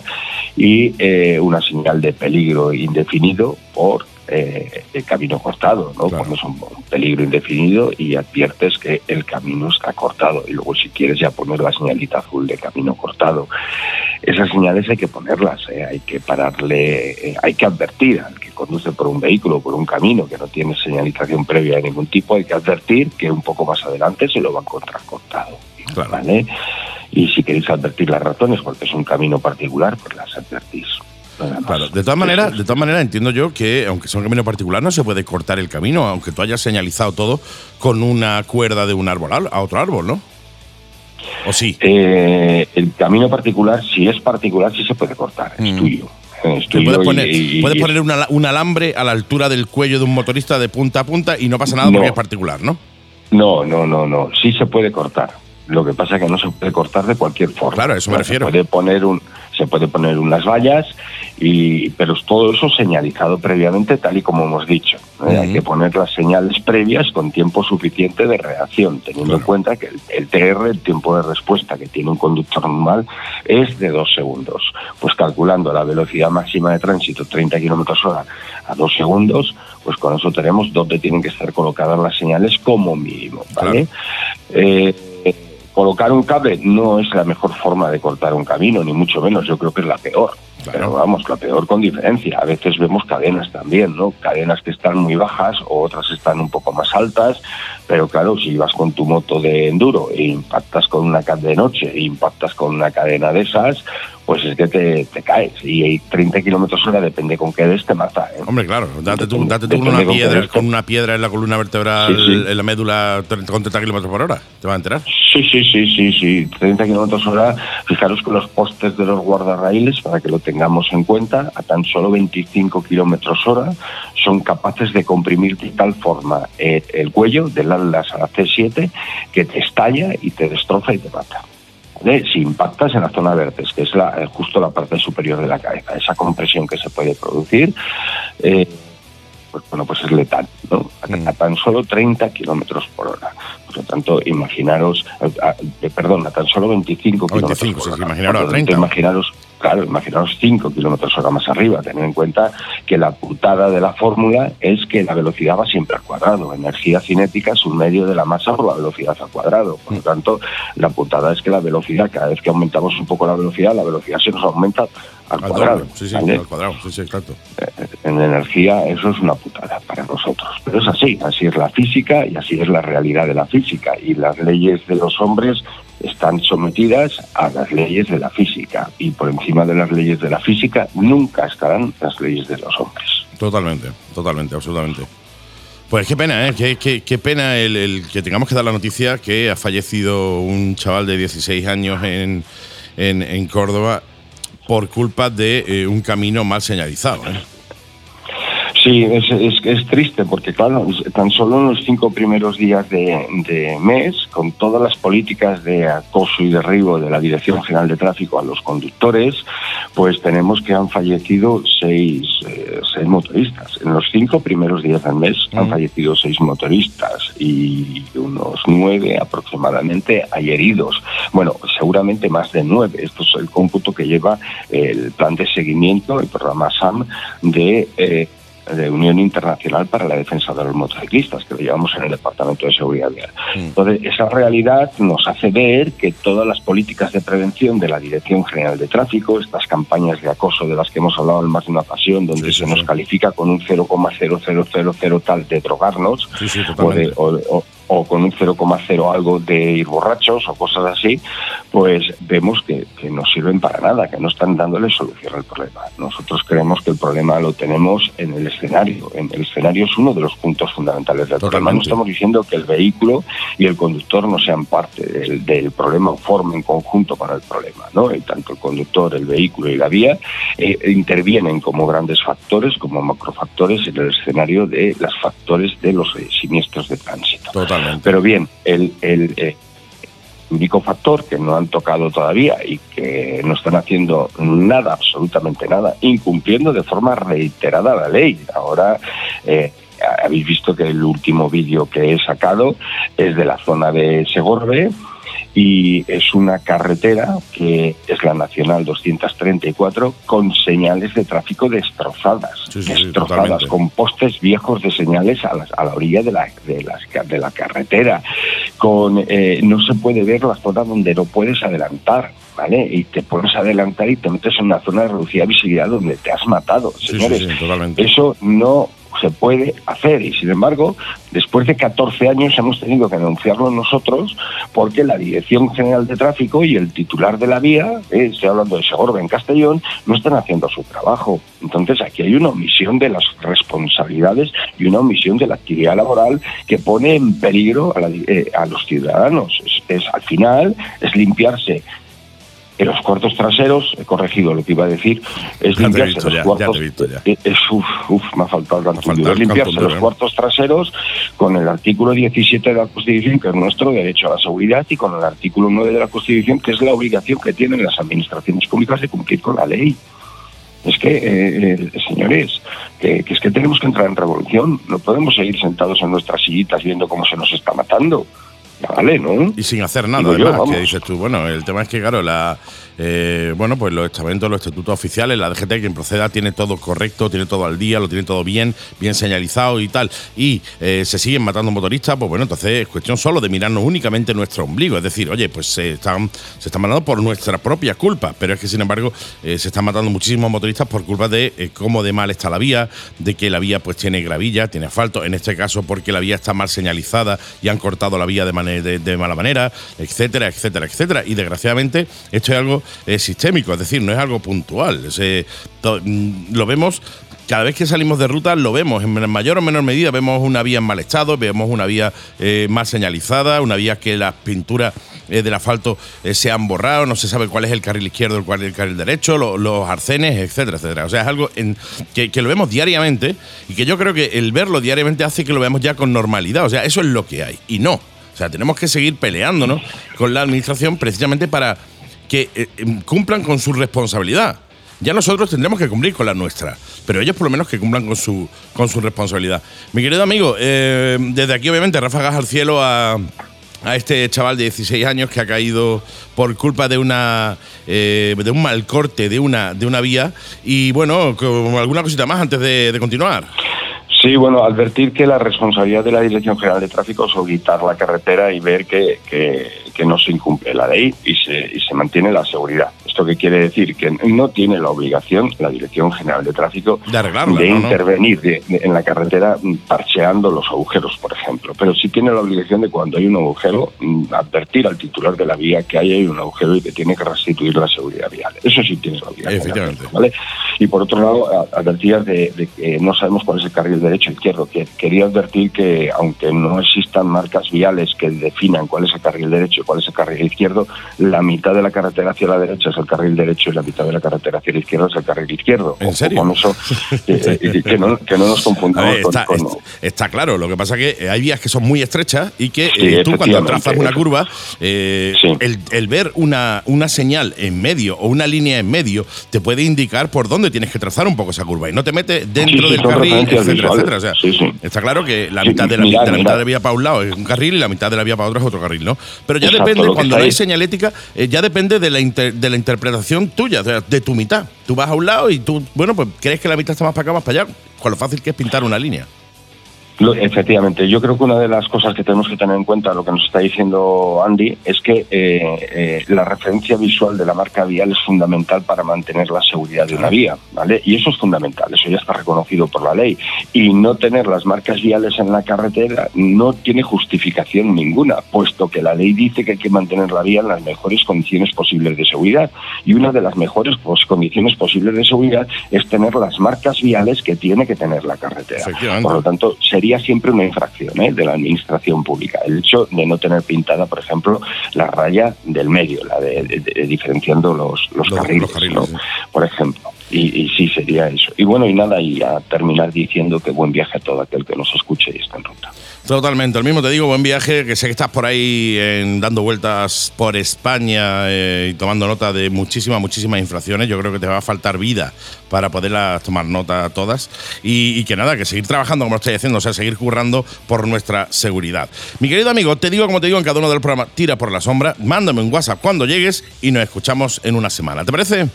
Speaker 7: y eh, una señal de peligro indefinido por eh, el camino cortado, ¿no?
Speaker 8: Claro.
Speaker 7: Cuando es un, un peligro indefinido y adviertes que el camino está cortado, y luego si quieres ya poner la señalita azul de camino cortado esas señales hay que ponerlas, ¿eh? hay que pararle, eh, hay que advertir al que conduce por un vehículo, por un camino que no tiene señalización previa de ningún tipo, hay que advertir que un poco más adelante se lo va a encontrar cortado.
Speaker 8: Claro.
Speaker 7: ¿vale? Y si queréis advertir las ratones, porque es un camino particular, pues las advertís. Nada más.
Speaker 8: Claro, de todas maneras, de todas maneras entiendo yo que aunque sea un camino particular no se puede cortar el camino, aunque tú hayas señalizado todo con una cuerda de un árbol al- a otro árbol, ¿no? O sí.
Speaker 7: Eh, el camino particular, si es particular, sí se puede cortar, es
Speaker 8: Mm.
Speaker 7: tuyo. Es
Speaker 8: Tú
Speaker 7: tuyo
Speaker 8: puedes
Speaker 7: y-
Speaker 8: poner,
Speaker 7: y-
Speaker 8: puedes
Speaker 7: y-
Speaker 8: poner una la- un alambre a la altura del cuello de un motorista de punta a punta y no pasa nada
Speaker 7: No.
Speaker 8: porque es particular, ¿no?
Speaker 7: No, no, no, no. Sí se puede cortar. Lo que pasa es que no se puede cortar de cualquier forma.
Speaker 8: Claro, a eso me
Speaker 7: No,
Speaker 8: refiero.
Speaker 7: Se puede poner un,
Speaker 8: se puede poner unas vallas, y, pero es todo eso señalizado previamente, tal y como hemos dicho. ¿eh? Hay que poner las señales previas con tiempo suficiente de reacción, teniendo en cuenta que el, el TR, el tiempo de respuesta que tiene un conductor normal, es de dos segundos. Pues calculando la velocidad máxima de tránsito, 30 kilómetros hora, a dos segundos, pues con eso tenemos dónde tienen que estar colocadas las señales como mínimo. ¿vale? Eh, colocar un cable no es la mejor forma de cortar un camino, ni mucho menos, yo creo que es la peor. Pero vamos, la peor con diferencia. A veces vemos cadenas también, ¿no? Cadenas que están muy bajas o otras están un poco más altas, pero claro, si vas con tu moto de enduro e impactas con una cadena de noche, e impactas con una cadena de esas, pues es que te, te caes. Y hay 30 kilómetros hora, depende con qué des, te mata. ¿eh?
Speaker 5: Hombre, claro, date tú,
Speaker 8: Depende-
Speaker 5: date tú con
Speaker 8: depende
Speaker 5: una
Speaker 8: con qué
Speaker 5: piedra,
Speaker 8: des.
Speaker 5: con una piedra en la columna vertebral,
Speaker 8: Sí, sí.
Speaker 5: en la médula, tre- con 30 kilómetros por hora. Te vas a enterar.
Speaker 8: Sí, sí, sí, sí, sí. 30 kilómetros hora. Fijaros que los postes de los guardarraíles, para que lo tengamos en cuenta, a tan solo 25 kilómetros hora, son capaces de comprimir de tal forma eh, el cuello del Atlas a la C7 que te estalla y te destroza y te mata. ¿Vale? Si impactas en la zona vértex, que es la, eh, justo la parte superior de la cabeza, esa compresión que se puede producir, eh, pues bueno, pues es letal, ¿no? A, a tan solo 30 kilómetros por hora. Por lo tanto, imaginaros, a- a- eh, perdón, a tan solo 25 kilómetros
Speaker 5: 25,
Speaker 8: por
Speaker 5: sí,
Speaker 8: hora.
Speaker 5: sí, imaginaros a
Speaker 8: Por lo
Speaker 5: 30.
Speaker 8: tanto, Imaginaros, claro, imaginaros 5 kilómetros hora más arriba. Tener en cuenta que la putada de la fórmula es que la velocidad va siempre al cuadrado. Energía cinética es un medio de la masa por la velocidad al cuadrado. Por lo tanto, la putada es que la velocidad, cada vez que aumentamos un poco la velocidad, la velocidad se nos aumenta al
Speaker 5: Al
Speaker 8: cuadrado.
Speaker 5: doble. Sí, sí,
Speaker 8: ¿vale?
Speaker 5: al cuadrado. Sí, sí, exacto.
Speaker 8: en energía, eso es una putada para nosotros. Pero es así, así es la física y así es la realidad de la física. Y las leyes de los hombres están sometidas a las leyes de la física. Y por encima de las leyes de la física nunca estarán las leyes de los hombres.
Speaker 5: Totalmente, totalmente, absolutamente. Pues qué pena, ¿eh? Qué, qué- qué pena el, el que tengamos que dar la noticia que ha fallecido un chaval de 16 años en, en- en Córdoba por culpa de eh, un camino mal señalizado. ¿eh?
Speaker 8: Sí, es, es, es triste porque, claro, es- tan solo en los cinco primeros días de, de mes, con todas las políticas de acoso y derribo de la Dirección General de Tráfico a los conductores, pues tenemos que han fallecido seis, eh, seis motoristas. En los cinco primeros días del mes han fallecido seis motoristas y unos nueve aproximadamente hay heridos. Bueno, seguramente más de nueve. Esto es el cómputo que lleva el plan de seguimiento, el programa SAM, de... eh, de Unión Internacional para la Defensa de los Motociclistas, que lo llevamos en el Departamento de Seguridad Vial.
Speaker 5: Mm.
Speaker 8: Entonces, esa realidad nos hace ver que todas las políticas de prevención de la Dirección General de Tráfico, estas campañas de acoso de las que hemos hablado en más de una ocasión, donde
Speaker 5: Sí, sí,
Speaker 8: se nos
Speaker 5: sí.
Speaker 8: califica con un 0,0000 tal de drogarnos,
Speaker 5: Sí, sí,
Speaker 8: o, de-
Speaker 5: totalmente.
Speaker 8: o- o- o con un 0,0 algo de ir borrachos o cosas así, pues vemos que, que no sirven para nada, que no están dándole solución al problema. Nosotros creemos que el problema lo tenemos en el escenario. En el escenario es uno de los puntos fundamentales del problema. No
Speaker 5: Totalmente.
Speaker 8: estamos diciendo que el vehículo y el conductor no sean parte del, del problema o formen conjunto con el problema. ¿no? Y tanto el conductor, el vehículo y la vía eh, intervienen como grandes factores, como macrofactores en el escenario de los factores de los eh, siniestros de tránsito.
Speaker 5: Totalmente.
Speaker 8: Pero bien, el, el, eh, único factor que no han tocado todavía y que no están haciendo nada, absolutamente nada, incumpliendo de forma reiterada la ley. Ahora eh, habéis visto que el último vídeo que he sacado es de la zona de Segorbe y es una carretera que es la Nacional 234 con señales de tráfico destrozadas,
Speaker 5: Sí, sí, sí,
Speaker 8: destrozadas,
Speaker 5: totalmente.
Speaker 8: con postes viejos de señales a la, a la orilla de la, de, las ca- de la carretera, con eh, no se puede ver la zona donde no puedes adelantar. ¿Vale? Y te puedes adelantar y te metes en una zona de reducida visibilidad donde te has matado.
Speaker 5: Sí, sí,
Speaker 8: Señores,
Speaker 5: sí, totalmente.
Speaker 8: eso no se puede hacer y sin embargo, después de 14 años hemos tenido que denunciarlo nosotros porque la Dirección General de Tráfico y el titular de la vía, eh, estoy hablando de Segorbe en Castellón, no están haciendo su trabajo. Entonces aquí hay una omisión de las responsabilidades y una omisión de la actividad laboral que pone en peligro a, la di- eh, a los ciudadanos. Es- es al final es limpiarse En los cuartos traseros, he corregido lo que iba a decir, es
Speaker 5: Ya te he
Speaker 8: limpiarse
Speaker 5: visto,
Speaker 8: los
Speaker 5: ya, ya
Speaker 8: cuartos.
Speaker 5: te he visto, ya.
Speaker 8: eh, Es, uf, uf, me ha faltado el
Speaker 5: ha faltado
Speaker 8: cantumbio. Es
Speaker 5: el
Speaker 8: limpiarse
Speaker 5: cantumbio,
Speaker 8: los
Speaker 5: ¿no?
Speaker 8: cuartos traseros con el artículo 17 de la Constitución, que es nuestro derecho a la seguridad, y con el artículo 9 de la Constitución, que es la obligación que tienen las administraciones públicas de cumplir con la ley. Es que, eh, eh, señores, que, que es que tenemos que entrar en revolución. No podemos seguir sentados en nuestras sillitas viendo cómo se nos está matando. Ya vale, ¿no?
Speaker 5: Y sin hacer nada,
Speaker 8: Digo yo,
Speaker 5: además, que
Speaker 8: vamos.
Speaker 5: dices tú. Bueno, el tema es que, claro, la, eh, bueno, pues los estamentos, los estatutos oficiales, la DGT, quien proceda, tiene todo correcto, tiene todo al día, lo tiene todo bien, bien señalizado y tal. Y eh, se siguen matando motoristas, pues bueno, entonces es cuestión solo de mirarnos únicamente nuestro ombligo. Es decir, oye, pues se están, se están matando por nuestra propia culpa. Pero es que, sin embargo, eh, se están matando muchísimos motoristas por culpa de eh, cómo de mal está la vía, de que la vía pues tiene gravilla, tiene asfalto, en este caso porque la vía está mal señalizada y han cortado la vía de, mane- de- de mala manera, etcétera, etcétera, etcétera. Y desgraciadamente esto es algo eh, sistémico, es decir, no es algo puntual. Es, eh, to- mm, lo vemos cada vez que salimos de ruta lo vemos, en mayor o menor medida vemos una vía en mal estado, vemos una vía eh, más señalizada, una vía que las pinturas eh, del asfalto eh, se han borrado, no se sabe cuál es el carril izquierdo, el cuál es el carril derecho, lo- los arcenes, etcétera, etcétera. O sea, es algo en- que, que lo vemos diariamente y que yo creo que el verlo diariamente hace que lo veamos ya con normalidad. O sea, eso es lo que hay y no. O sea, tenemos que seguir peleándonos con la administración precisamente para que eh, em, cumplan con su responsabilidad. Ya nosotros tendremos que cumplir con la nuestra, pero ellos por lo menos que cumplan con su, con su responsabilidad. Mi querido amigo, eh, desde aquí obviamente ráfagas al cielo a, a este chaval de 16 años que ha caído por culpa de una eh, de un mal corte de una, de una vía. Y bueno, con alguna cosita más antes de, de continuar.
Speaker 8: Sí, bueno, advertir que la responsabilidad de la Dirección General de Tráfico es auditar la carretera y ver que, que- que no se incumple la ley y se, y se mantiene la seguridad. ¿Esto qué quiere decir? Que no tiene la obligación la Dirección General de Tráfico
Speaker 5: De arreglarla,
Speaker 8: de
Speaker 5: ¿no?
Speaker 8: intervenir de- de- en la carretera mm, parcheando los agujeros, por ejemplo. Pero sí tiene la obligación de cuando hay un agujero mm, advertir al titular de la vía que ahí hay un agujero y que tiene que restituir la seguridad vial. Eso sí tiene la obligación.
Speaker 5: Efectivamente.
Speaker 8: ¿vale? Y por otro lado, a- advertías de, de que no sabemos cuál es el carril derecho e izquierdo. Que quería advertir que, aunque no existan marcas viales que definan cuál es el carril derecho y cuál es el carril izquierdo, la mitad de la carretera hacia la derecha es el carril derecho y la mitad de la carretera hacia la izquierda es el carril izquierdo.
Speaker 5: ¿En
Speaker 8: Ojo
Speaker 5: serio?
Speaker 8: Con eso, eh, eh, que, no, que no nos
Speaker 5: A
Speaker 8: confundamos
Speaker 5: ver,
Speaker 8: con-
Speaker 5: está,
Speaker 8: con,
Speaker 5: est- está claro, lo que pasa es que eh, hay vías que son muy estrechas y que eh,
Speaker 8: Sí,
Speaker 5: tú cuando
Speaker 8: efectivamente,
Speaker 5: trazas una
Speaker 8: eso.
Speaker 5: curva, eh,
Speaker 8: Sí.
Speaker 5: el, el ver una, una señal en medio o una línea en medio te puede indicar por dónde tienes que trazar un poco esa curva y no te metes dentro
Speaker 8: sí,
Speaker 5: del
Speaker 8: son
Speaker 5: carril,
Speaker 8: referencias
Speaker 5: etcétera,
Speaker 8: visuales.
Speaker 5: etcétera. O sea,
Speaker 8: Sí, sí.
Speaker 5: Está claro que la
Speaker 8: Sí,
Speaker 5: mitad de la, vi-
Speaker 8: mirad,
Speaker 5: de la mitad
Speaker 8: mirad.
Speaker 5: de la vía para un lado es un carril y la mitad de la vía para otro es otro carril, ¿no? Pero ya
Speaker 8: Exacto,
Speaker 5: depende,
Speaker 8: lo que
Speaker 5: cuando
Speaker 8: está
Speaker 5: no hay
Speaker 8: ahí.
Speaker 5: señalética, eh, ya depende de la, inter- de la interpretación tuya, o sea, de tu mitad. Tú vas a un lado y tú, bueno, pues crees que la mitad está más para acá, más para allá, con lo fácil que es pintar una línea.
Speaker 8: Lo- efectivamente, yo creo que una de las cosas que tenemos que tener en cuenta, lo que nos está diciendo Andy, es que eh, eh, la referencia visual de la marca vial es fundamental para mantener la seguridad de una vía, ¿vale? Y eso es fundamental, eso ya está reconocido por la ley. Y no tener las marcas viales en la carretera no tiene justificación ninguna, puesto que la ley dice que hay que mantener la vía en las mejores condiciones posibles de seguridad. Y una de las mejores pues, condiciones posibles de seguridad es tener las marcas viales que tiene que tener la carretera.
Speaker 5: Efectivamente.
Speaker 8: Por lo tanto, sería siempre una infracción ¿eh? de la administración pública. El hecho de no tener pintada, por ejemplo, la raya del medio, la de, de- de- diferenciando los, los
Speaker 5: Los-
Speaker 8: carriles,
Speaker 5: los carriles, ¿eh?
Speaker 8: ¿no?
Speaker 5: sí.
Speaker 8: por ejemplo. Y, y sí, sería eso. Y bueno, y nada, y a terminar diciendo que buen viaje a todo aquel que nos escuche y está en ruta.
Speaker 5: Totalmente, lo mismo te digo, buen viaje, que sé que estás por ahí en- dando vueltas por España eh, y tomando nota de muchísimas, muchísimas infracciones. Yo creo que te va a faltar vida para poderlas tomar nota todas. Y, y que nada, que seguir trabajando como lo estoy haciendo, o sea, seguir currando por nuestra seguridad. Mi querido amigo, te digo como te digo en cada uno de los programas, tira por la sombra, mándame un WhatsApp cuando llegues y nos escuchamos en una semana. ¿Te parece?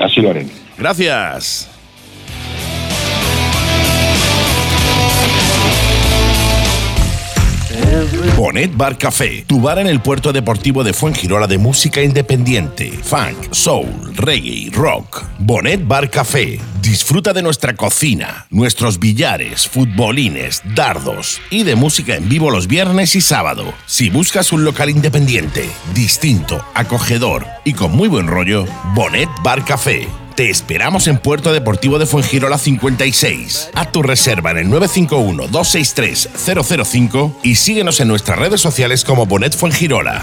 Speaker 8: Así lo haremos.
Speaker 5: Gracias.
Speaker 10: Bonet Bar Café, tu bar en el puerto deportivo de Fuengirola de música independiente, funk, soul, reggae, rock. Bonet Bar Café, disfruta de nuestra cocina, nuestros billares, futbolines, dardos y de música en vivo los viernes y sábado. Si buscas un local independiente, distinto, acogedor y con muy buen rollo, Bonet Bar Café. Te esperamos en Puerto Deportivo de Fuengirola 56. Haz tu reserva en el 951-263-005 y síguenos en nuestras redes sociales como Bonet Fuengirola.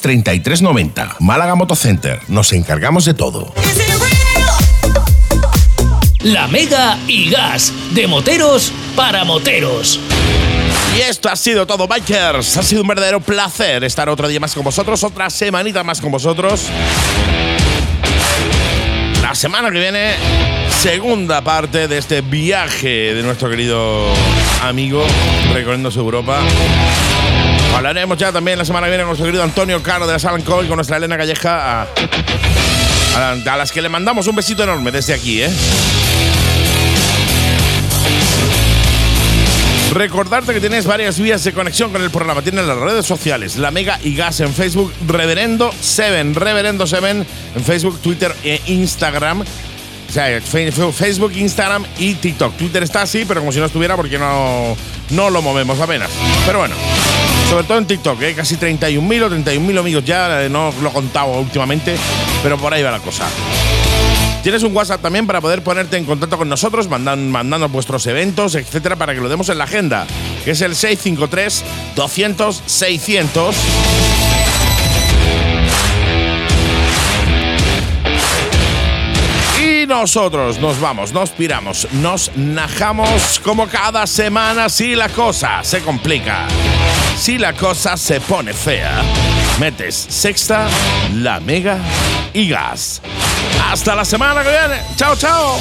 Speaker 5: 33 90. Málaga Motocenter, nos encargamos de todo.
Speaker 1: La Mega y Gas, de moteros para moteros.
Speaker 5: Y esto ha sido todo, bikers. Ha sido un verdadero placer estar otro día más con vosotros, otra semanita más con vosotros. La semana que viene, segunda parte de este viaje de nuestro querido amigo recorriendo su Europa. Hablaremos ya también la semana que viene con nuestro querido Antonio Caro de la Sala Alcohol y con nuestra Elena Calleja, a, a- a las que le mandamos un besito enorme desde aquí, ¿eh? Recordarte que tienes varias vías de conexión con el programa. Tienes las redes sociales, La Mega y Gas en Facebook, Reverendo 7, Reverendo 7 en Facebook, Twitter e Instagram. O sea, fe- fe- Facebook, Instagram y TikTok. Twitter está así, pero como si no estuviera porque no, no lo movemos apenas. Pero bueno, sobre todo en TikTok, ¿eh? casi 31.000 o 31.000 amigos ya, eh, no lo he contado últimamente, pero por ahí va la cosa. Tienes un WhatsApp también para poder ponerte en contacto con nosotros, mandan, mandando vuestros eventos, etcétera, para que lo demos en la agenda, que es el 653 200 600. Y nosotros nos vamos, nos piramos, nos najamos como cada semana si la cosa se complica. Si la cosa se pone fea, metes sexta, la mega y gas. Hasta la semana que viene. Chao, chao.